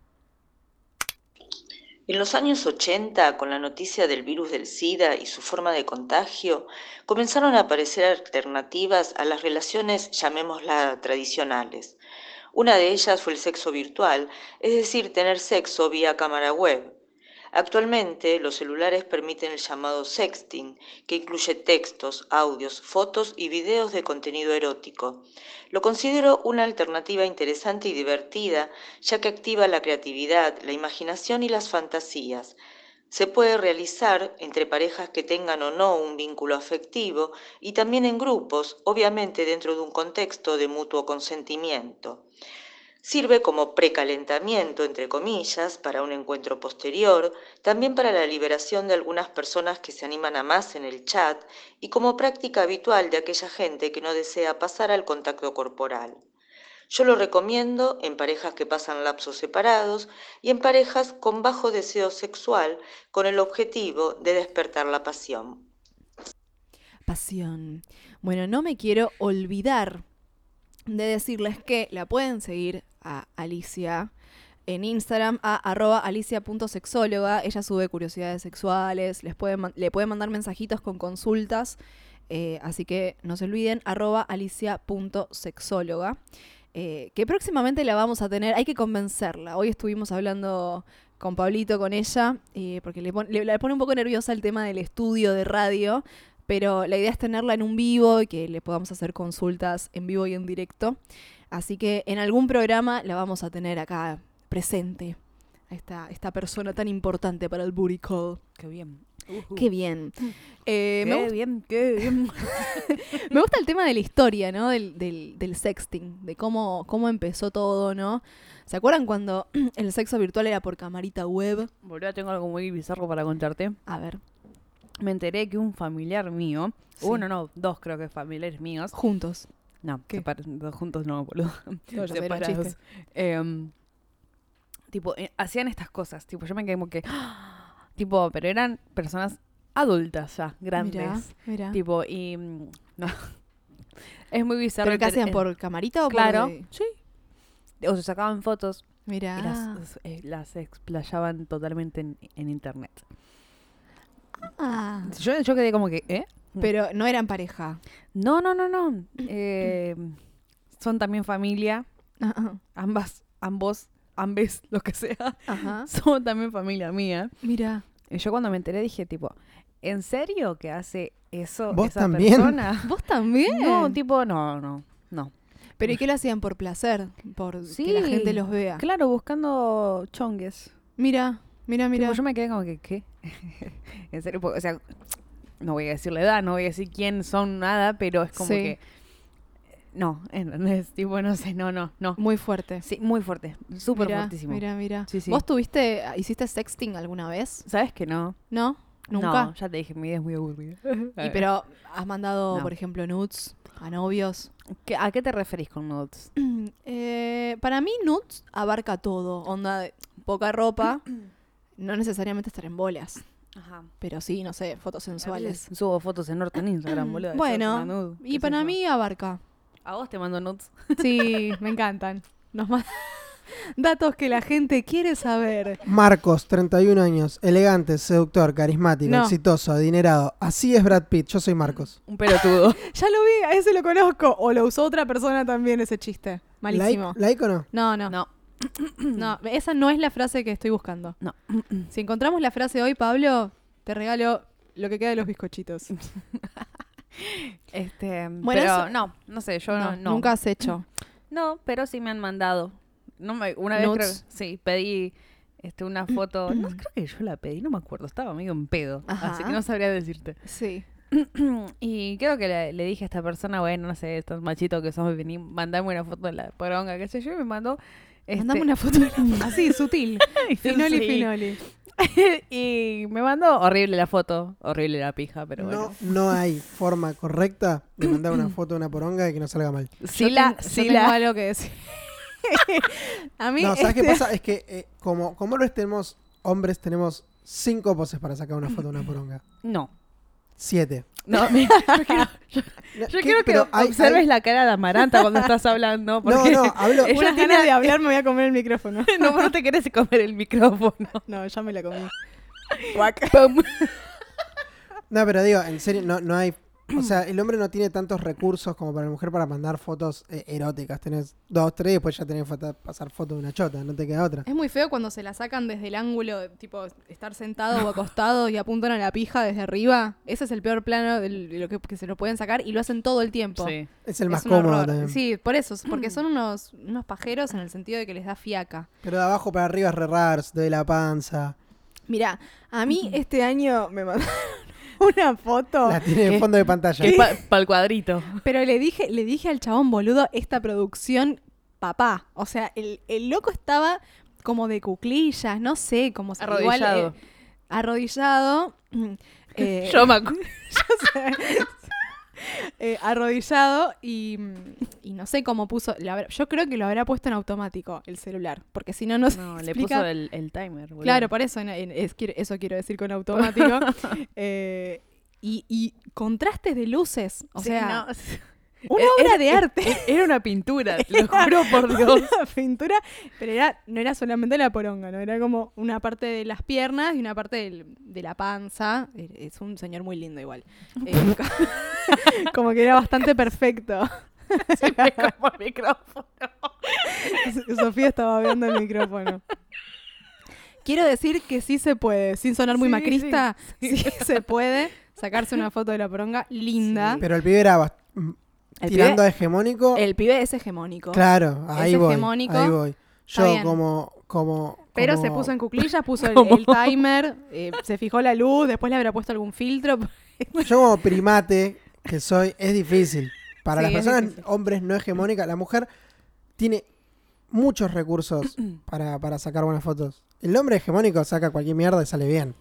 Speaker 7: En los años 80, con la noticia del virus del SIDA y su forma de contagio, comenzaron a aparecer alternativas a las relaciones, llamémoslas tradicionales. Una de ellas fue el sexo virtual, es decir, tener sexo vía cámara web. Actualmente, los celulares permiten el llamado sexting, que incluye textos, audios, fotos y videos de contenido erótico. Lo considero una alternativa interesante y divertida, ya que activa la creatividad, la imaginación y las fantasías. Se puede realizar entre parejas que tengan o no un vínculo afectivo y también en grupos, obviamente dentro de un contexto de mutuo consentimiento. Sirve como precalentamiento, entre comillas, para un encuentro posterior, también para la liberación de algunas personas que se animan a más en el chat y como práctica habitual de aquella gente que no desea pasar al contacto corporal. Yo lo recomiendo en parejas que pasan lapsos separados y en parejas con bajo deseo sexual con el objetivo de despertar la pasión.
Speaker 3: Pasión. Bueno, no me quiero olvidar de decirles que la pueden seguir a Alicia en Instagram a arroba alicia.sexóloga. Ella sube curiosidades sexuales, les puede man- le pueden mandar mensajitos con consultas. eh, así que no se olviden, arroba alicia.sexóloga. eh, que próximamente la vamos a tener, hay que convencerla. Hoy estuvimos hablando con Pablito, con ella, eh, porque le, pon- le- la pone un poco nerviosa el tema del estudio de radio, pero la idea es tenerla en un vivo y que le podamos hacer consultas en vivo y en directo. Así que en algún programa la vamos a tener acá presente, a esta, esta persona tan importante para el booty call.
Speaker 4: Qué bien.
Speaker 3: Qué
Speaker 4: *laughs*
Speaker 3: bien. Eh,
Speaker 4: Uh. Qué
Speaker 3: me, gust-
Speaker 4: bien, qué bien.
Speaker 3: me gusta el tema de la historia, ¿no? Del, del- del sexting, de cómo, cómo empezó todo, ¿no? ¿Se acuerdan cuando *clears throat* el sexo virtual era por camarita web?
Speaker 4: *laughs* Boluda, tengo algo muy bizarro para contarte.
Speaker 3: A ver,
Speaker 4: Me enteré que un familiar mío,
Speaker 3: Sí.
Speaker 4: uno no, dos creo que familiares míos,
Speaker 3: juntos.
Speaker 4: no,
Speaker 3: ¿Qué?
Speaker 4: separ- dos juntos no, boludo. *laughs*
Speaker 3: No, ya sé, era un
Speaker 4: separados.
Speaker 3: chiste.
Speaker 4: Em, tipo, eh, hacían estas cosas. Tipo, yo me quedé como que. *gasps* ¡ah! Tipo, pero eran personas adultas ya,
Speaker 3: Mirá,
Speaker 4: grandes.
Speaker 3: mirá.
Speaker 4: Tipo, y. mm, No. *laughs* Es muy bizarro.
Speaker 3: ¿Pero qué
Speaker 4: enter-
Speaker 3: hacían?
Speaker 4: en-
Speaker 3: ¿Por camarita o
Speaker 4: Claro.
Speaker 3: por...? de-
Speaker 4: Sí. O se sacaban fotos
Speaker 3: Mirá.
Speaker 4: y las, eh, las explayaban totalmente en, en internet.
Speaker 3: Ah.
Speaker 4: Yo, yo quedé como que, ¿eh?
Speaker 3: Pero no eran pareja.
Speaker 4: No, no, no, no. *clears throat* Eh, son también familia.
Speaker 3: Ajá.
Speaker 4: Ambas, ambos, ambes, *laughs* lo que sea.
Speaker 3: Ajá.
Speaker 4: Son también familia mía.
Speaker 3: Mira.
Speaker 4: Y yo cuando me enteré dije, tipo, ¿en serio que hace eso
Speaker 6: ¿Vos
Speaker 4: esa
Speaker 6: también?
Speaker 3: *laughs*
Speaker 4: persona?
Speaker 3: ¿Vos también?
Speaker 4: No, tipo, no, no, no.
Speaker 3: Pero ¿y qué lo hacían? ¿Por placer? ¿Por que
Speaker 4: Sí.
Speaker 3: la gente los vea?
Speaker 4: Claro, buscando chongues.
Speaker 3: Mira, mira, mira.
Speaker 4: Tipo, yo me quedé como que, ¿qué? *laughs* en serio, porque, o sea, no voy a decir la edad, no voy a decir quién son, nada, pero es como
Speaker 3: Sí.
Speaker 4: que... No, *laughs* ¿entendés? Tipo, no sé, no, no, no.
Speaker 3: Muy fuerte.
Speaker 4: Sí, muy fuerte, súper
Speaker 3: Mirá,
Speaker 4: fuertísimo.
Speaker 3: Mira, mira.
Speaker 4: Sí, sí.
Speaker 3: ¿Vos tuviste, hiciste sexting alguna vez?
Speaker 4: ¿Sabes que no?
Speaker 3: ¿No? ¿Nunca?
Speaker 4: No, ya te dije, mi vida es muy *laughs* aburrida.
Speaker 3: Y pero has mandado,
Speaker 4: No.
Speaker 3: por ejemplo, nudes a novios.
Speaker 4: ¿Qué- ¿A qué te referís con nudes?
Speaker 3: Eh, para mí, nudes abarca todo. Onda, de- poca ropa. *clears throat* No necesariamente estar en bolas.
Speaker 4: Ajá.
Speaker 3: Pero sí, no sé, fotos sensuales.
Speaker 4: Subo fotos en Norton Instagram, boludo.
Speaker 3: Bueno, Y para mí abarca.
Speaker 4: A vos te mando nudes. *laughs*
Speaker 3: Sí, me encantan. Nos ma- *laughs* Datos que la gente quiere saber.
Speaker 6: Marcos, 31 años, elegante, seductor, carismático,
Speaker 3: No.
Speaker 6: exitoso, adinerado. Así es Brad Pitt, yo soy Marcos.
Speaker 4: Un pelotudo.
Speaker 3: Ya lo vi, a ese lo conozco. O lo usó otra persona también ese chiste. Malísimo.
Speaker 6: ¿Like, like o no?
Speaker 3: No, no, no.
Speaker 4: No.
Speaker 3: esa no es la frase que estoy buscando.
Speaker 4: No.
Speaker 3: Si encontramos la frase hoy, Pablo, te regalo lo que queda de los bizcochitos.
Speaker 4: *laughs* Este,
Speaker 3: Bueno,
Speaker 4: pero
Speaker 3: eso-
Speaker 4: no, no sé, yo no, no.
Speaker 3: Nunca has hecho.
Speaker 4: No, pero sí me han mandado. No me, una vez creo,
Speaker 3: Nudes.
Speaker 4: sí, pedí este, una foto. *clears throat* No creo que yo la pedí, no me acuerdo. Estaba medio en pedo.
Speaker 3: Ajá.
Speaker 4: Así que no sabría decirte.
Speaker 3: Sí.
Speaker 4: y creo que le, le dije a esta persona, bueno, no sé, estás machito que sos, vení, mandame una foto de la poronga, qué sé yo, y me mandó. este,
Speaker 3: Mandame una foto de *laughs* la- así, sutil.
Speaker 4: y
Speaker 3: Finoli,
Speaker 4: sí.
Speaker 3: finoli.
Speaker 4: *laughs* y me mandó horrible la foto, horrible la pija, pero bueno.
Speaker 6: No, no hay forma correcta de
Speaker 3: *clears throat*
Speaker 6: mandar una foto de una poronga y que no salga mal.
Speaker 4: Sí
Speaker 3: Yo
Speaker 4: la,
Speaker 3: ten- yo
Speaker 4: sí
Speaker 3: tengo
Speaker 4: la.
Speaker 3: algo que decir. A mí.
Speaker 6: No, ¿sabes qué
Speaker 3: este-
Speaker 6: pasa? Es que eh, como, como hombres tenemos, hombres tenemos cinco poses para sacar una foto de una poronga.
Speaker 4: No.
Speaker 6: Siete.
Speaker 4: No, yo quiero,
Speaker 6: No,
Speaker 4: *laughs* yo
Speaker 6: *laughs* ¿qué?
Speaker 4: quiero que
Speaker 6: Pero hay-
Speaker 4: observes
Speaker 6: hay-
Speaker 4: la cara de Amaranta cuando estás hablando.
Speaker 6: No,
Speaker 4: Porque
Speaker 6: no, hablo...
Speaker 4: ella
Speaker 3: Unas
Speaker 4: tiene-
Speaker 3: ganas de hablar me voy a comer el micrófono.
Speaker 4: *laughs* No, vos no te querés comer el micrófono.
Speaker 3: No, ya me la comí.
Speaker 4: *laughs* Pum.
Speaker 6: No, pero digo, en serio, no, no hay... O sea, el hombre no tiene tantos recursos como para la mujer para mandar fotos eh, eróticas. Tenés dos, tres, después ya tenés que pasar foto de una chota, no te queda otra.
Speaker 3: Es muy feo cuando se la sacan desde el ángulo, de, tipo, estar sentado o acostado y apuntan a la pija desde arriba. Ese es el peor plano del- de lo que, que se lo pueden sacar y lo hacen todo el tiempo.
Speaker 4: Sí.
Speaker 6: Es el
Speaker 3: Es
Speaker 6: más
Speaker 3: un
Speaker 6: cómodo
Speaker 3: horror.
Speaker 6: también.
Speaker 3: Sí, por eso, porque son unos, unos pajeros en el sentido de que les da fiaca.
Speaker 6: Pero de abajo para arriba es re raro, se te ve la panza.
Speaker 3: Mira, a mí este año me mandaron *laughs* una foto.
Speaker 6: La tiene en
Speaker 4: Oh, ¿Qué?
Speaker 6: fondo de pantalla.
Speaker 4: Que es para el cuadrito.
Speaker 3: Pero le dije, le dije al chabón boludo, esta producción, papá. O sea, el, el loco estaba como de cuclillas, no sé, como se- igual,
Speaker 4: Arrodillado.
Speaker 3: eh, arrodillado. *laughs* mm, eh,
Speaker 4: *laughs* Yo me acu-
Speaker 3: eh, arrodillado y, mm, y no sé cómo puso. la habrá- yo creo que lo habrá puesto en automático el celular, porque si no, no se
Speaker 4: No, le
Speaker 3: explica.
Speaker 4: puso el, el timer. boludo.
Speaker 3: Claro, por eso, en- en- es quiero- eso quiero decir con *laughs* automático. Eh, y, y contrastes de luces, o
Speaker 4: Sí,
Speaker 3: sea,
Speaker 4: no.
Speaker 3: una
Speaker 4: Era-
Speaker 3: obra de
Speaker 4: era-
Speaker 3: arte.
Speaker 4: E-, Era
Speaker 3: *laughs*
Speaker 4: una pintura, te lo juro por Dios.
Speaker 3: una pintura, pero era, no era solamente la poronga, ¿no? Era como una parte de las piernas y una parte del- de la panza. Eh, Es un señor muy lindo *laughs* igual. Eh, co- como que era bastante perfecto.
Speaker 4: Se me como el micrófono.
Speaker 3: *laughs* Sofía estaba viendo el micrófono. Quiero decir que sí se puede, sin sonar muy
Speaker 4: Sí,
Speaker 3: macrista, sí, *laughs* se puede sacarse una foto de la poronga linda.
Speaker 6: Pero el pibe era bast- mm,
Speaker 3: El
Speaker 6: tirando
Speaker 3: pibe-
Speaker 6: a hegemónico.
Speaker 3: El pibe es hegemónico.
Speaker 6: Claro, ahí
Speaker 3: es
Speaker 6: voy.
Speaker 3: hegemónico.
Speaker 6: Ahí voy.
Speaker 3: Está
Speaker 6: Yo
Speaker 3: bien.
Speaker 6: como, como.
Speaker 3: Pero
Speaker 6: como-
Speaker 3: se puso en *laughs* cuclillas, puso el,
Speaker 4: Como-
Speaker 3: el timer, eh, se fijó la luz, después le habrá puesto algún filtro.
Speaker 6: Yo como primate que soy, es difícil. Para
Speaker 3: Sí,
Speaker 6: las
Speaker 3: es
Speaker 6: personas,
Speaker 3: difícil.
Speaker 6: hombres no hegemónicas, la mujer tiene
Speaker 3: *clears throat*
Speaker 6: muchos recursos para, para sacar buenas fotos. El hombre hegemónico saca cualquier mierda y sale bien.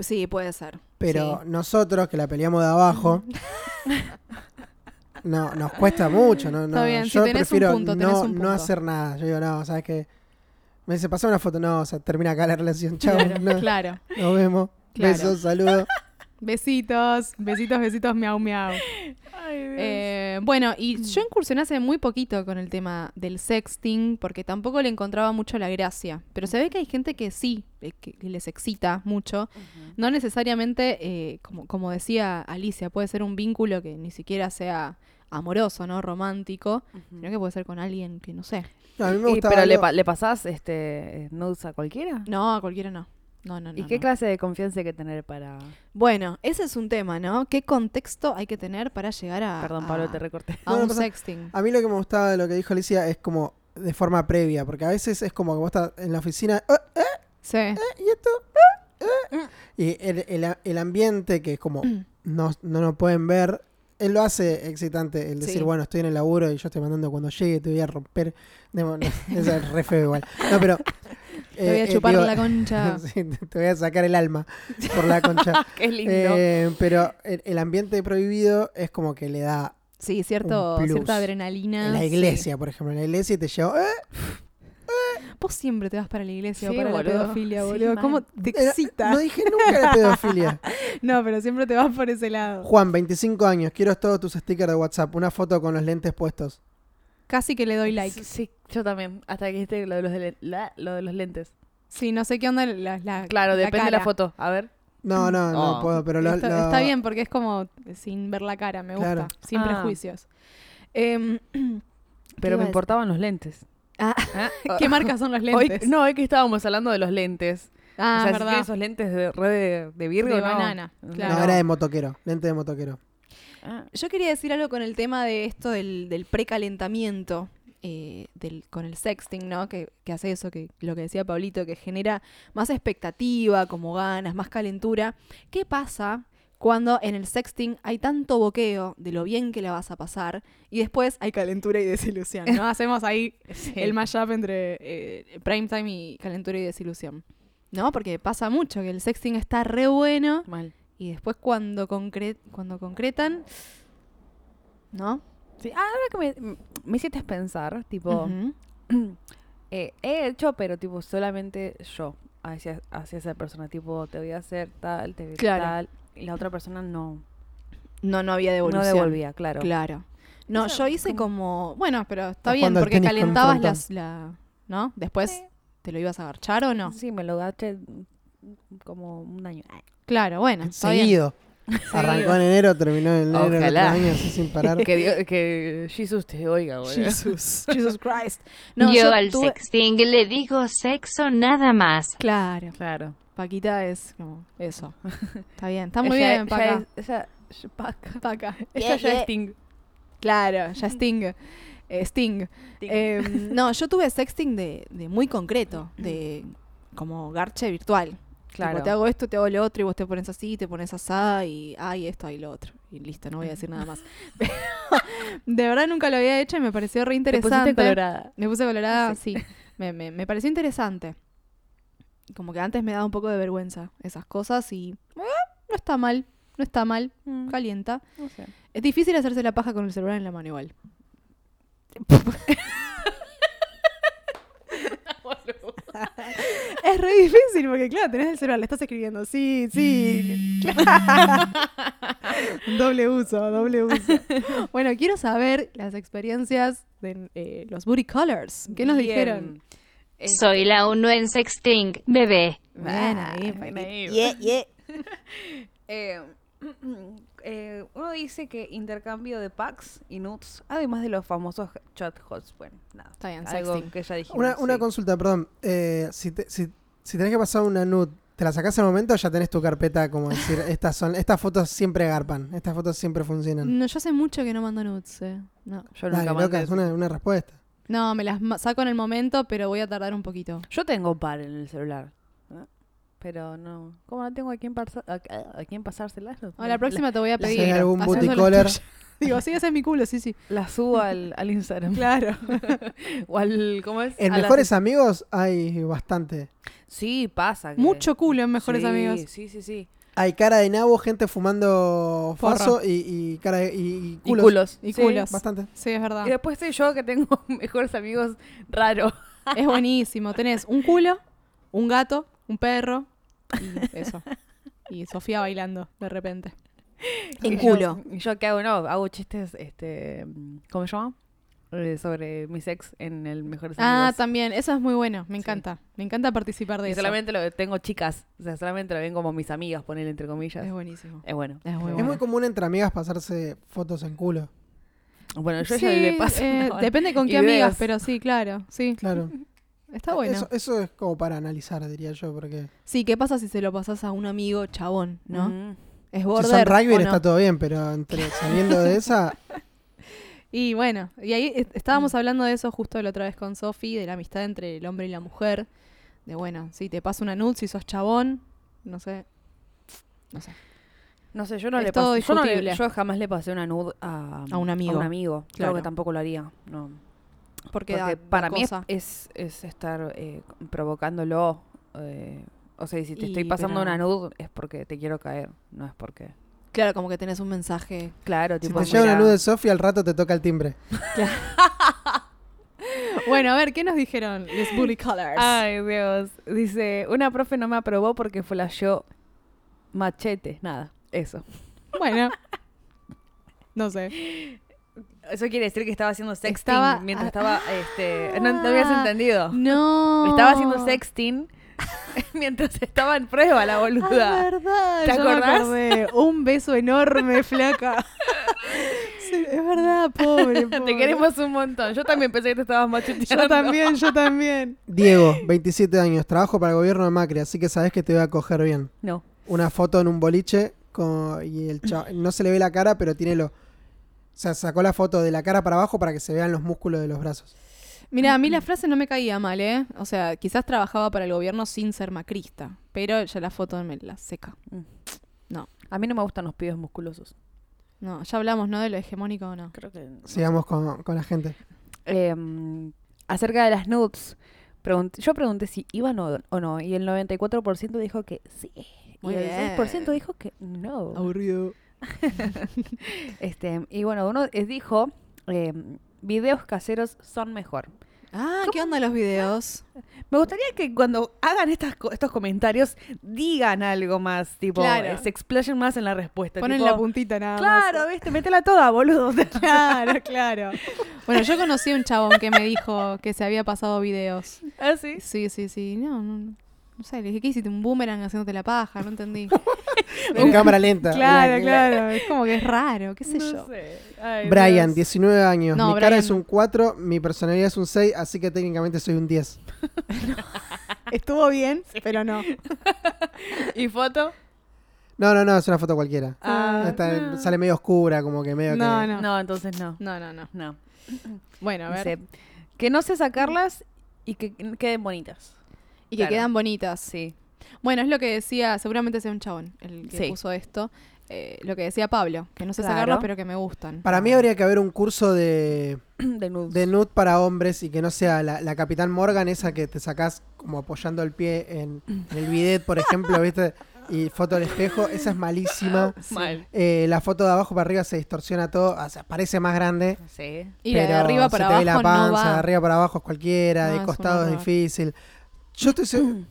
Speaker 3: Sí, puede ser.
Speaker 6: Pero nosotros, que la peleamos
Speaker 3: *laughs*
Speaker 6: de abajo, no, nos cuesta mucho. No, no,
Speaker 3: Está bien, si
Speaker 6: yo
Speaker 3: tenés un
Speaker 6: prefiero
Speaker 3: punto,
Speaker 6: no,
Speaker 3: tenés un
Speaker 6: no
Speaker 3: punto.
Speaker 6: hacer nada. Yo digo, no, ¿sabes qué? Me dice, pasame una foto. No, o sea, termina acá la relación. Chao,
Speaker 3: Claro,
Speaker 6: no,
Speaker 3: claro.
Speaker 6: nos vemos.
Speaker 3: Claro.
Speaker 6: Besos, saludos.
Speaker 3: Besitos, besitos, besitos, miau,
Speaker 4: *laughs*
Speaker 3: miau. Eh, bueno,
Speaker 4: Mm.
Speaker 3: y yo incursioné hace muy poquito con el tema del sexting, porque tampoco le encontraba mucho la gracia. Pero se ve que hay gente que sí, eh, que que les excita mucho. No necesariamente, eh, como, como decía Alicia, puede ser un vínculo que ni siquiera sea amoroso, ¿no? Romántico, sino que puede ser con alguien que no sé.
Speaker 6: No, a mí me
Speaker 4: Y,
Speaker 6: gustaba
Speaker 4: pero le,
Speaker 6: algo-
Speaker 4: pa- le pasás este, nudes a cualquiera.
Speaker 3: No, a cualquiera no. No, no, no.
Speaker 4: ¿Y qué
Speaker 3: no.
Speaker 4: clase de confianza hay que tener para.
Speaker 3: Bueno, ese es un tema, ¿no? ¿Qué contexto hay que tener para llegar a,
Speaker 4: Perdón,
Speaker 3: a-
Speaker 4: Pablo, te recorté. *laughs*
Speaker 3: a
Speaker 6: No, no
Speaker 3: un
Speaker 6: pasa-
Speaker 3: sexting?
Speaker 6: A mí lo que me gustaba de lo que dijo Alicia es como de forma previa, porque a veces es como que vos estás en la oficina "Ah, ah,
Speaker 3: Sí.
Speaker 6: y esto. ah, ah". Y el, el- el ambiente que es como
Speaker 3: Mm.
Speaker 6: no, no nos pueden ver, él lo hace excitante. El decir,
Speaker 3: Sí.
Speaker 6: bueno, estoy en el laburo y yo estoy mandando cuando llegue, te voy a romper. de- bueno, eso *laughs* es re feo igual. No, pero.
Speaker 3: *laughs*
Speaker 6: eh,
Speaker 3: Te voy a chupar
Speaker 6: *laughs*
Speaker 3: la concha.
Speaker 6: Sí, te te voy a sacar el alma por
Speaker 3: *laughs*
Speaker 6: la concha.
Speaker 4: Qué lindo.
Speaker 6: Eh, pero el, el ambiente prohibido es como que le da
Speaker 3: Sí, cierto,
Speaker 6: Un plus.
Speaker 3: cierta adrenalina.
Speaker 6: En la iglesia, por ejemplo, en la iglesia y te llevo. "Eh,
Speaker 3: Sí. Vos siempre te vas para la iglesia o
Speaker 4: Sí,
Speaker 3: para
Speaker 4: boludo.
Speaker 3: la pedofilia,
Speaker 4: Sí,
Speaker 3: boludo.
Speaker 4: mal.
Speaker 6: *laughs*
Speaker 3: ¿Cómo te
Speaker 6: eh,
Speaker 3: excita?
Speaker 6: No dije nunca la pedofilia.
Speaker 3: *laughs* No, pero siempre te vas por ese lado.
Speaker 6: Juan, 25 años, quiero todos tus stickers de WhatsApp, una foto con los lentes puestos.
Speaker 3: Casi que le doy like.
Speaker 4: Sí, sí, yo también. Hasta que
Speaker 3: este,
Speaker 4: dijiste lo de los, de- la- lo de los lentes.
Speaker 3: Sí, no sé qué onda la, la-
Speaker 4: Claro,
Speaker 3: la
Speaker 4: depende de
Speaker 3: cara.
Speaker 4: la foto. A ver.
Speaker 6: No, no, no
Speaker 4: Oh.
Speaker 6: puedo, pero lo,
Speaker 3: Mm. está,
Speaker 6: lo-
Speaker 3: está bien porque es como sin ver la cara, me
Speaker 6: Claro.
Speaker 3: gusta, sin
Speaker 4: Ah. *laughs*
Speaker 3: prejuicios. Em,
Speaker 4: Pero
Speaker 3: iba a
Speaker 4: me
Speaker 3: decir?
Speaker 4: importaban los lentes.
Speaker 3: *laughs* Ah,
Speaker 4: Ah,
Speaker 3: ¿Qué
Speaker 4: ah.
Speaker 3: marcas son los
Speaker 4: Hoy-
Speaker 3: lentes?
Speaker 4: no, es que estábamos hablando de los lentes.
Speaker 3: Ah,
Speaker 4: o sea, si
Speaker 3: verdad.
Speaker 4: tenés esos lentes de re de, de Virgo,
Speaker 3: De
Speaker 4: no.
Speaker 3: banana, claro.
Speaker 6: No, era de motoquero, lente de motoquero.
Speaker 4: Ah,
Speaker 3: Yo quería decir algo con el tema de esto del, del precalentamiento, eh, del, con el sexting, ¿no? Que, que hace eso, que lo que decía Pablito, que genera más expectativa, como ganas, más calentura. ¿Qué pasa cuando en el sexting hay tanto boqueo de lo bien que la vas a pasar y después hay calentura y desilusión, *laughs* ¿no? Hacemos ahí
Speaker 4: sí.
Speaker 3: el mashup entre eh, primetime y calentura y desilusión. ¿No? Porque pasa mucho que el sexting está re bueno
Speaker 4: Mal.
Speaker 3: y después cuando, concre- cuando concretan, ¿no?
Speaker 4: Sí, ah, ahora que me, me hiciste pensar, tipo,
Speaker 3: Ujú.
Speaker 4: eh, he hecho, pero tipo, solamente yo hacia, hacia esa persona, tipo, te voy a hacer tal, te voy a
Speaker 3: Claro.
Speaker 4: tal. Y la otra persona no,
Speaker 3: No, no había
Speaker 4: no
Speaker 3: devolución.
Speaker 4: devolvía, claro.
Speaker 3: Claro. No,
Speaker 4: Eso,
Speaker 3: yo hice como, bueno, pero está
Speaker 6: Estás
Speaker 3: bien,
Speaker 6: jugando al
Speaker 3: porque
Speaker 6: tenis con un
Speaker 3: calentabas
Speaker 6: frontón.
Speaker 3: las, la, ¿no? Después te lo ibas a agarchar o no.
Speaker 4: Sí, me lo gasté como un *laughs* año. Ay,
Speaker 3: Claro, bueno, está bien. *laughs*
Speaker 6: Seguido. Arrancó en enero, terminó en enero del otro
Speaker 4: Ojalá.
Speaker 6: año, así sin
Speaker 4: *laughs*
Speaker 6: parar.
Speaker 4: Que, Dios- que Jesus te oiga, boludo. *laughs*
Speaker 3: Jesus, Jesus Christ.
Speaker 5: yo, al
Speaker 3: tuve-
Speaker 5: sexting le digo sexo nada más.
Speaker 3: Claro,
Speaker 4: Claro.
Speaker 3: Paquita es como eso. *laughs* Está bien, está muy
Speaker 4: Ella-
Speaker 3: bien,
Speaker 4: ella
Speaker 3: Paca.
Speaker 4: es- ella- ella- Paca.
Speaker 3: Paca.
Speaker 4: Ella ya es Ting.
Speaker 3: Claro, ya Sting. Eh, Sting. Eh,
Speaker 4: *laughs*
Speaker 3: no, yo tuve sexting de, de muy concreto, de como garche virtual. Claro.
Speaker 4: Claro.
Speaker 3: te hago esto, te hago lo otro, y vos te pones así, te pones asá, y ay, esto, ay, lo otro. Y listo, no voy a decir nada más. *laughs* Pero, de verdad nunca lo había hecho y me pareció re
Speaker 4: Te pusiste
Speaker 3: interesante.
Speaker 4: colorada.
Speaker 3: Me puse
Speaker 4: Ah,
Speaker 3: colorada, sí. Me, me- me pareció interesante. Como que antes me daba un poco de vergüenza esas cosas y eh, no está mal, no está mal, calienta.
Speaker 4: Mm. No sé.
Speaker 3: Es difícil hacerse la paja con el celular en la mano igual. es re difícil porque, claro, tenés el celular, le estás escribiendo, sí, sí. *laughs* doble uso, doble uso. Bueno, quiero saber las experiencias de eh, los booty colors. ¿Qué nos
Speaker 4: Bien.
Speaker 3: dijeron?
Speaker 4: Este-
Speaker 5: Soy la uno en sexting, bebé.
Speaker 3: Bueno, ahí,
Speaker 4: Bueno, pues,
Speaker 3: ahí.
Speaker 4: ahí. *laughs* Eh, *clears throat* eh, uno dice que intercambio de packs y nudes, además de los famosos chat hots. Bueno, nada.
Speaker 3: Está bien,
Speaker 4: algo
Speaker 3: sexting.
Speaker 4: que ya dijimos.
Speaker 6: Una, una
Speaker 4: sí.
Speaker 6: consulta, perdón. Eh, si, te- si, si tenés que pasar una nude, ¿te la sacás al momento o ya tenés tu carpeta como decir, estas son estas fotos siempre garpan, estas fotos siempre funcionan?
Speaker 3: No, yo hace mucho que no mando nudes. eh. No.
Speaker 4: Yo nunca
Speaker 6: Dale,
Speaker 4: mandé
Speaker 6: loca, es
Speaker 4: eso.
Speaker 6: una, una respuesta.
Speaker 3: no, me las ma- saco en el momento, pero voy a tardar un poquito.
Speaker 4: Yo tengo par en el celular. ¿eh? Pero no. ¿Cómo no tengo a quién, pasar a, a quién pasárselas? No,
Speaker 3: A la próxima te voy a
Speaker 6: Si
Speaker 3: pedir.
Speaker 6: hay algún
Speaker 3: Hacemos
Speaker 6: booty
Speaker 3: las
Speaker 6: collar,
Speaker 3: tuyas. *laughs* Digo, sí, ese es mi culo, sí, sí.
Speaker 4: La subo al, al Instagram.
Speaker 3: Claro.
Speaker 4: *laughs* o al. ¿Cómo es?
Speaker 6: *laughs* en
Speaker 4: A las-
Speaker 6: mejores amigos hay bastante.
Speaker 4: Sí, pasa. que-
Speaker 3: Mucho culo en Mejores
Speaker 4: Sí,
Speaker 3: Amigos.
Speaker 4: Sí, sí, sí.
Speaker 6: Hay cara de nabo, gente fumando
Speaker 3: Porro.
Speaker 6: faso y, y cara de- y, y culos.
Speaker 4: Y culos.
Speaker 3: Y
Speaker 4: Sí.
Speaker 3: culos.
Speaker 6: Bastante.
Speaker 3: Sí, es verdad.
Speaker 4: Y después estoy yo que tengo *laughs* mejores amigos raros.
Speaker 3: Es buenísimo. Tenés un culo, un gato, un perro y eso. Y Sofía bailando de repente. En
Speaker 4: Y yo-
Speaker 3: culo.
Speaker 4: ¿Y yo qué hago? No, hago chistes, este, ¿cómo se llama? Eh, sobre mi sex en el Mejores
Speaker 3: Ah,
Speaker 4: Amigos.
Speaker 3: también. Eso es muy bueno. Me encanta. Me encanta participar de
Speaker 4: Y
Speaker 3: eso.
Speaker 4: solamente lo tengo chicas, o sea, solamente lo ven como mis amigas, poner entre comillas.
Speaker 3: Es buenísimo.
Speaker 4: Es bueno.
Speaker 3: Es muy
Speaker 6: Es muy
Speaker 3: bueno.
Speaker 6: común entre amigas pasarse fotos en culo.
Speaker 4: Bueno, yo
Speaker 3: Sí,
Speaker 4: ya le paso. *laughs*
Speaker 3: eh,
Speaker 4: no,
Speaker 3: depende con
Speaker 4: y
Speaker 3: qué amigas,
Speaker 4: videos.
Speaker 3: pero sí, claro. Sí,
Speaker 6: Claro.
Speaker 3: *laughs* está bueno.
Speaker 6: Eso, eso es como para analizar, diría yo, porque
Speaker 3: Sí, ¿qué pasa si se lo pasas a un amigo chabón, no?
Speaker 4: Mm.
Speaker 3: Es
Speaker 6: si
Speaker 3: border.
Speaker 6: son rugby
Speaker 3: ¿o no?
Speaker 6: está todo bien, pero entre,
Speaker 3: *laughs*
Speaker 6: saliendo de esa,
Speaker 3: Y bueno, y ahí est- estábamos hablando de eso justo la otra vez con Sofi, de la amistad entre el hombre y la mujer. De bueno, si te pasa una nude, si sos chabón, no sé. No sé.
Speaker 4: No sé, yo no
Speaker 3: Es
Speaker 4: le
Speaker 3: todo
Speaker 4: paso. Yo, no le-
Speaker 3: discutible.
Speaker 4: yo jamás le pasé una nude a,
Speaker 3: A un amigo. Claro.
Speaker 4: Claro que tampoco lo haría. No.
Speaker 3: Porque, da-
Speaker 4: Porque
Speaker 3: da
Speaker 4: para mí es-
Speaker 3: cosa.
Speaker 4: es, es estar eh, provocándolo. eh, o sea, y si te estoy
Speaker 3: Y,
Speaker 4: pasando
Speaker 3: pero-
Speaker 4: una nude es porque te quiero caer, no es porque.
Speaker 3: Claro, como que tenés un mensaje.
Speaker 4: Claro,
Speaker 6: si
Speaker 4: tipo.
Speaker 6: te lleva una
Speaker 4: mira,
Speaker 6: nude de Sofía, al rato te toca el timbre.
Speaker 3: Bueno, a ver, ¿qué nos dijeron los bully colors?
Speaker 4: Ay, Dios. Dice, una profe no me aprobó porque flasheó machete. Nada, eso.
Speaker 3: Bueno. No sé.
Speaker 4: Eso quiere decir que estaba haciendo sexting
Speaker 3: Estaba-
Speaker 4: mientras
Speaker 3: ah,
Speaker 4: estaba, este... No, no habías entendido.
Speaker 3: No.
Speaker 4: Estaba haciendo sexting *laughs* mientras estaba en prueba la
Speaker 3: Ah,
Speaker 4: boluda.
Speaker 3: verdad.
Speaker 4: ¿Te
Speaker 3: yo me *laughs*
Speaker 4: acordás?
Speaker 3: acordé. Un beso enorme, flaca. Sí, es es
Speaker 4: Ah,
Speaker 3: verdad, *laughs* pobre.
Speaker 4: Te
Speaker 3: pobre.
Speaker 4: queremos un montón. Yo también pensé que te estabas macheteando.
Speaker 3: Yo también, yo también.
Speaker 6: Diego, 27 años, trabajo para el gobierno de Macri, así que sabes que te voy a coger bien.
Speaker 4: No.
Speaker 6: Una foto en un boliche con- y el chavo, no se le ve la cara, pero tiene lo... O sea, sacó la foto de la cara para abajo para que se vean los músculos de los brazos.
Speaker 3: Mira, a mí *laughs* la frase no me caía mal, ¿eh? O sea, quizás trabajaba para el gobierno sin ser macrista, pero ya la foto me la seca.
Speaker 4: A mí no me gustan los pibes musculosos.
Speaker 3: No, ya hablamos, ¿no? De lo hegemónico o no.
Speaker 4: Creo que.
Speaker 6: Sigamos con, con la gente.
Speaker 4: Eh, acerca de las nudes, pregunt- yo pregunté si iban o, o no, y el 94% dijo que sí.
Speaker 3: Muy
Speaker 4: y el
Speaker 3: bien.
Speaker 4: 6% dijo que no.
Speaker 3: Aburrido.
Speaker 4: Este, y bueno, uno eh, dijo, eh, videos caseros son mejor.
Speaker 3: Ah, ¿qué onda los videos?
Speaker 4: Me gustaría que cuando hagan estas, co- estos comentarios digan algo más, tipo,
Speaker 3: Claro.
Speaker 4: eh, se explayen más en la respuesta.
Speaker 3: Ponen
Speaker 4: tipo,
Speaker 3: la puntita nada más.
Speaker 4: Claro, viste, métela toda, boludo.
Speaker 3: *laughs*
Speaker 4: *laughs*
Speaker 3: Claro, claro. Bueno, yo conocí a un chabón que me dijo que se había pasado videos.
Speaker 4: Así.
Speaker 3: Sí, sí, sí. No, no, no. No sé, le dije, ¿qué hiciste? ¿Un boomerang haciéndote la paja? No *laughs* entendí.
Speaker 6: En cámara lenta.
Speaker 3: *laughs* Claro, claro. Es como que es raro, qué sé
Speaker 4: No
Speaker 3: yo.
Speaker 4: sé. Ay,
Speaker 6: Brian,
Speaker 4: Dios.
Speaker 6: 19 años.
Speaker 3: No,
Speaker 6: mi cara
Speaker 3: Brian
Speaker 6: es
Speaker 3: no.
Speaker 6: un 4, mi personalidad es un 6, así que técnicamente soy un 10.
Speaker 3: Estuvo bien, pero no.
Speaker 4: ¿Y foto?
Speaker 6: No, no, no, es una foto cualquiera.
Speaker 4: Ah,
Speaker 6: Está-
Speaker 4: no.
Speaker 6: Sale medio oscura, como que medio
Speaker 3: No,
Speaker 6: que...
Speaker 3: no.
Speaker 4: No, entonces no.
Speaker 3: No, no, no.
Speaker 4: No.
Speaker 3: Bueno, a ver.
Speaker 4: Dice, que no sé sacarlas y que queden bonitas. *clears throat*
Speaker 3: Y que
Speaker 4: Claro.
Speaker 3: quedan bonitas.
Speaker 4: Sí.
Speaker 3: Bueno, es lo que decía, seguramente sea un chabón el que
Speaker 4: Sí.
Speaker 3: puso esto. eh, lo que decía Pablo, que no sé
Speaker 4: Claro.
Speaker 3: sacarlos, pero que me gustan.
Speaker 6: Para mí habría que haber un curso de,
Speaker 4: De nudes.
Speaker 6: de nude para hombres y que no sea la, la Capitán Morgan esa que te sacás como apoyando el pie en, en el bidet,
Speaker 3: *laughs*
Speaker 6: por ejemplo, ¿viste? Y foto al espejo, esa es malísima.
Speaker 4: Mal.
Speaker 6: Eh, la foto de abajo para arriba se distorsiona todo, o sea, parece más grande.
Speaker 4: Sí.
Speaker 3: y la de
Speaker 6: pero
Speaker 3: arriba
Speaker 6: se
Speaker 3: para
Speaker 6: te ve
Speaker 3: abajo
Speaker 6: la panza,
Speaker 3: no
Speaker 6: de
Speaker 3: va.
Speaker 6: arriba para abajo es cualquiera,
Speaker 3: No, es
Speaker 6: de
Speaker 3: un Mm.
Speaker 6: costado es
Speaker 3: horror.
Speaker 6: difícil. Yo estoy seguro-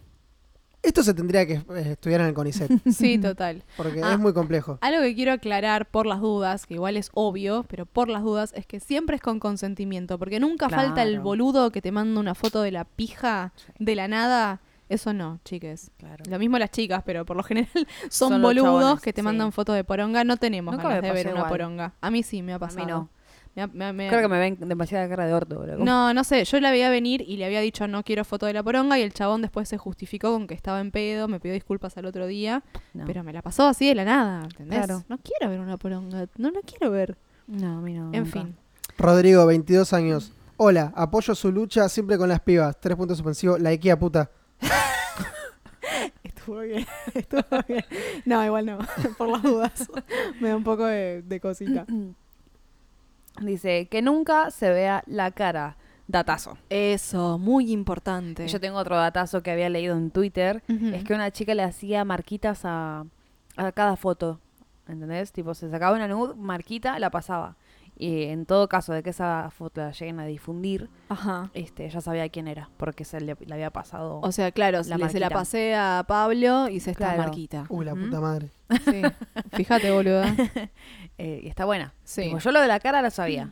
Speaker 6: Esto se tendría que eh, estudiar en el CONICET,
Speaker 3: *laughs*
Speaker 6: *laughs*
Speaker 3: Sí, total.
Speaker 6: porque
Speaker 3: Ah.
Speaker 6: es muy complejo.
Speaker 3: Algo que quiero aclarar por las dudas, que igual es obvio, pero por las dudas, es que siempre es con consentimiento, porque nunca falta el
Speaker 4: Claro.
Speaker 3: boludo que te manda una foto de la pija de la nada. Eso no, chiques.
Speaker 4: Claro.
Speaker 3: Lo mismo las chicas, pero por lo general *laughs* son,
Speaker 4: Son los
Speaker 3: boludos
Speaker 4: chabones,
Speaker 3: que te
Speaker 4: sí.
Speaker 3: mandan fotos de poronga. No tenemos
Speaker 4: Nunca
Speaker 3: ganas
Speaker 4: me
Speaker 3: de ver
Speaker 4: pasó
Speaker 3: una
Speaker 4: igual.
Speaker 3: poronga. A mí sí me ha pasado.
Speaker 4: no.
Speaker 3: Me ha- me- me-
Speaker 4: Creo que me ven demasiada cara de orto, boludo.
Speaker 3: No, no sé, yo la veía venir y le había dicho no quiero foto de la poronga y el chabón después se justificó con que estaba en pedo, me pidió disculpas al otro día,
Speaker 4: No.
Speaker 3: pero me la pasó así de la nada, ¿entendés?
Speaker 4: Claro.
Speaker 3: No quiero ver una poronga, no la quiero ver.
Speaker 4: No, a mí no.
Speaker 3: en
Speaker 4: nunca.
Speaker 3: fin.
Speaker 6: Rodrigo, 22 años. Hola, apoyo su lucha siempre con las pibas. Tres puntos suspensivos, la Ikea puta.
Speaker 3: Estuvo bien, *laughs* estuvo bien. No, igual no, *laughs* por las dudas. *laughs* Me da un poco de, cosita.
Speaker 4: *clears throat* Dice, que nunca se vea la cara. Datazo.
Speaker 3: Eso, muy importante.
Speaker 4: Y Yo tengo otro datazo que había leído en Twitter.
Speaker 3: Ujú.
Speaker 4: Es que una chica le hacía marquitas a, a cada foto. ¿Entendés? Tipo, se sacaba una nude, marquita, la pasaba. Y en todo caso, de que esa foto la lleguen a difundir,
Speaker 3: Ajá.
Speaker 4: este, ya sabía quién era, porque se le, le había pasado.
Speaker 3: O sea, claro,
Speaker 4: La
Speaker 3: le- se la
Speaker 4: marquita.
Speaker 3: pasé a Pablo y se está
Speaker 4: Claro.
Speaker 3: marquita.
Speaker 6: Uy, la
Speaker 4: Ujú.
Speaker 6: puta madre.
Speaker 3: Sí. Fíjate, boluda.
Speaker 4: *laughs* Eh, y está buena.
Speaker 3: Sí. Mm.
Speaker 4: Tipo, yo lo de la cara lo sabía.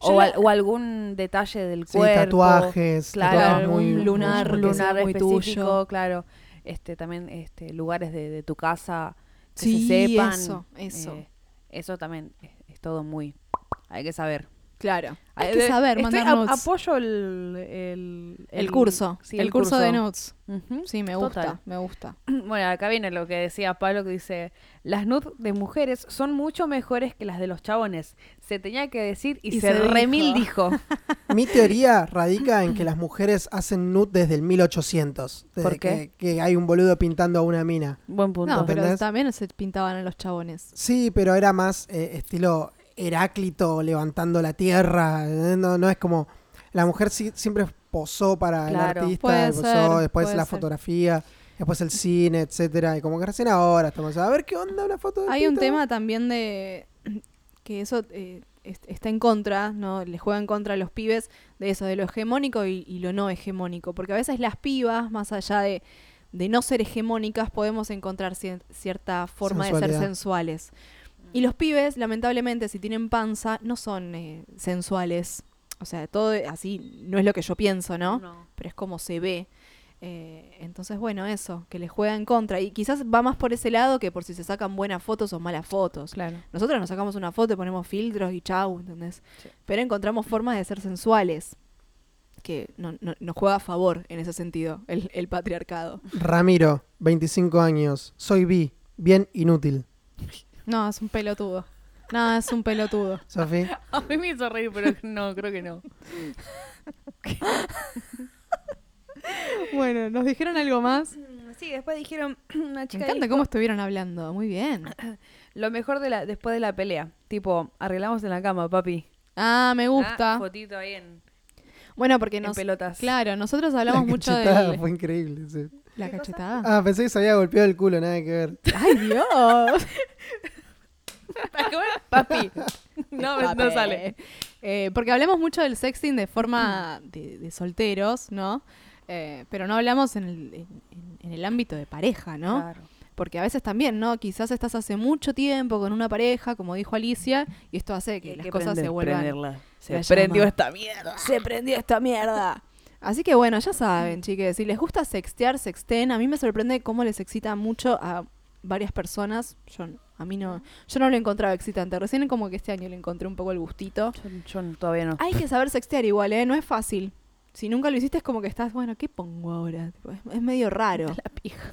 Speaker 3: Yo
Speaker 4: O,
Speaker 3: la-
Speaker 4: al- o algún detalle del
Speaker 6: Sí,
Speaker 4: cuerpo.
Speaker 6: tatuajes,
Speaker 4: Claro,
Speaker 6: tatuajes
Speaker 3: algún
Speaker 6: muy, muy-
Speaker 3: lunar,
Speaker 6: muy-
Speaker 4: un
Speaker 3: que sea
Speaker 4: lunar
Speaker 3: muy
Speaker 4: específico,
Speaker 3: tuyo.
Speaker 4: claro. Este, también este, lugares de, de tu casa que
Speaker 3: Sí,
Speaker 4: se sepan.
Speaker 3: eso, eso.
Speaker 4: Eh, eso también es, es todo muy... Hay que saber.
Speaker 3: Claro. Hay
Speaker 4: Eh,
Speaker 3: que
Speaker 4: eh,
Speaker 3: saber
Speaker 4: estoy
Speaker 3: mandar
Speaker 4: a-
Speaker 3: notes.
Speaker 4: Apoyo el... El,
Speaker 3: *laughs* El curso.
Speaker 4: sí,
Speaker 3: el, curso, de
Speaker 4: curso.
Speaker 3: notes.
Speaker 4: Ujú.
Speaker 3: Sí, me gusta,
Speaker 4: Total.
Speaker 3: me gusta.
Speaker 4: *clears throat* Bueno, acá viene lo que decía Pablo que dice, las nudes de mujeres son mucho mejores que las de los chabones. Se tenía que decir y,
Speaker 3: Y se
Speaker 4: se, remil dijo.
Speaker 3: *laughs*
Speaker 6: Mi teoría radica en que las mujeres hacen nude desde el 1800. Desde
Speaker 4: ¿Por qué?
Speaker 6: Que, que hay un boludo pintando a una mina.
Speaker 4: *laughs* Buen punto.
Speaker 3: No, pero
Speaker 6: ¿Entendés?
Speaker 3: también se pintaban a los chabones.
Speaker 6: Sí, pero era más eh, estilo Heráclito levantando la tierra. ¿eh? No, no es como. La mujer sí- siempre posó para
Speaker 4: Claro.
Speaker 6: el artista,
Speaker 3: Puede
Speaker 6: posó,
Speaker 3: ser,
Speaker 6: después
Speaker 3: puede
Speaker 6: la
Speaker 3: ser.
Speaker 6: fotografía, después el cine, etcétera. Y como que recién ahora estamos a ver qué onda una foto de
Speaker 3: Hay un
Speaker 6: pito.
Speaker 3: tema también de *clears throat* que eso eh, es- está en contra, ¿no? Le juega en contra a los pibes de eso, de lo hegemónico y, y lo no hegemónico. Porque a veces las pibas, más allá de, de no ser hegemónicas, podemos encontrar cien- cierta forma de ser
Speaker 6: Sensualidad.
Speaker 3: sensuales.
Speaker 4: Mm.
Speaker 3: Y los pibes, lamentablemente, si tienen panza, no son eh, sensuales. O sea, todo así no es lo que yo pienso, ¿no? pero es como se ve. Eh, entonces, bueno, eso, que le juega en contra. Y quizás va más por ese lado que por si se sacan buenas fotos o malas fotos.
Speaker 4: Claro.
Speaker 3: Nosotros nos sacamos una foto y ponemos filtros y chau, ¿entendés?
Speaker 4: Sí.
Speaker 3: Pero encontramos formas de ser sensuales, que no- no- nos juega a favor en ese sentido, el, el patriarcado.
Speaker 6: Ramiro, 25 años. Soy bi, bien inútil.
Speaker 3: No, es un pelotudo. No, es un *laughs* pelotudo.
Speaker 6: Sofi,
Speaker 4: A mí me hizo reír, pero no, creo que no.
Speaker 3: bueno, ¿nos dijeron algo más?
Speaker 4: Sí, después dijeron *clears throat* una
Speaker 3: Me
Speaker 4: chica
Speaker 3: encanta cómo estuvieron hablando, muy bien.
Speaker 4: lo mejor de la después de la pelea, tipo, arreglamos en la cama, papi.
Speaker 3: Ah, me
Speaker 4: Ah,
Speaker 3: gusta.
Speaker 4: fotito ahí en,
Speaker 3: Bueno, porque
Speaker 4: en
Speaker 3: nos...
Speaker 4: pelotas.
Speaker 3: Claro, nosotros hablamos
Speaker 6: la
Speaker 3: mucho
Speaker 6: cachetada
Speaker 3: de
Speaker 6: Fue increíble. sí.
Speaker 3: la cachetada.
Speaker 6: Ah, pensé que se había golpeado el culo, nada que ver.
Speaker 3: ¡Ay, Dios!
Speaker 4: ¿Para qué va? *laughs* papi. No, no
Speaker 3: Escape.
Speaker 4: sale.
Speaker 3: Eh, porque hablamos mucho del sexting de forma de, de solteros, ¿no? Eh, pero no hablamos en el, en- en- en el ámbito de pareja, ¿no?
Speaker 4: Claro.
Speaker 3: Porque a veces también, ¿no? Quizás estás hace mucho tiempo con una pareja, como dijo Alicia, y esto hace que
Speaker 4: Hay
Speaker 3: las
Speaker 4: que
Speaker 3: cosas
Speaker 4: prender-
Speaker 3: se vuelvan...
Speaker 4: prenderla.
Speaker 3: la
Speaker 4: Se prendió
Speaker 3: llama.
Speaker 4: esta mierda.
Speaker 3: ¡Se prendió esta mierda! Así que bueno, ya
Speaker 4: Mm.
Speaker 3: saben, chiques, si les gusta sextear, sexten. A mí me sorprende cómo les excita mucho a varias personas. Yo, n- a mí no, yo no lo encontraba excitante. Recién como que este año le encontré un poco el gustito.
Speaker 4: Yo, yo todavía no.
Speaker 3: Hay que saber sextear igual, ¿eh? No es fácil. Si nunca lo hiciste es como que estás, bueno, ¿qué pongo ahora? Tipo, es, es medio raro. La pija.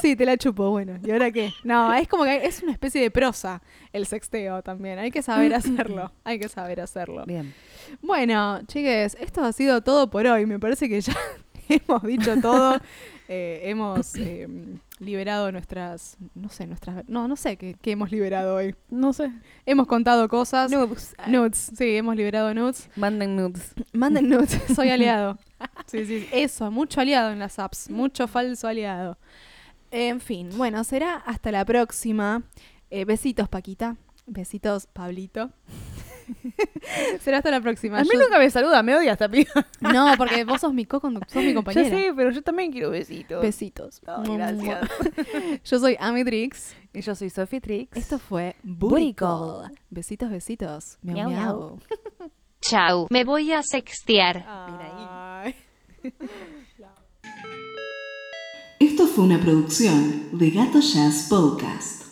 Speaker 3: sí, te la chupo, bueno. ¿Y ahora qué? No, es como que hay- es una especie de prosa el sexteo también. Hay que saber hacerlo. Hay que saber hacerlo.
Speaker 4: Bien.
Speaker 3: Bueno, chiques, esto ha sido todo por hoy. Me parece que ya *laughs* hemos dicho todo. Eh, hemos eh, liberado nuestras, no sé, nuestras... No, no sé qué, qué hemos liberado hoy.
Speaker 4: No sé.
Speaker 3: Hemos contado cosas.
Speaker 4: Noobs.
Speaker 3: Nudes, sí, hemos liberado nudes.
Speaker 4: Manden nudes.
Speaker 3: *laughs* Manden nudes, soy
Speaker 4: *laughs*
Speaker 3: aliado. Sí, sí, eso, mucho aliado en las apps, mucho falso aliado. En fin, bueno, será hasta la próxima. Eh, besitos, Paquita. Besitos, Pablito. *laughs* será hasta la próxima.
Speaker 4: A mí
Speaker 3: Yo-
Speaker 4: nunca me saluda, me odia esta piba.
Speaker 3: *laughs* No, porque vos sos mi co-conductor, sos mi compañera.
Speaker 4: *laughs* Ya sé, pero yo también quiero besitos.
Speaker 3: Besitos.
Speaker 4: No,
Speaker 3: Mua, mua.
Speaker 4: gracias.
Speaker 3: *laughs* Yo soy Amitrix.
Speaker 4: *laughs* Y yo soy Sophie Trix.
Speaker 3: Esto fue
Speaker 4: Booty
Speaker 3: Burical. Besitos, besitos. Miau,
Speaker 4: Miau, miau.
Speaker 3: miau.
Speaker 5: Chau, me voy a sextear.
Speaker 3: Ay.
Speaker 8: Esto fue una producción de Gato Jazz Podcast.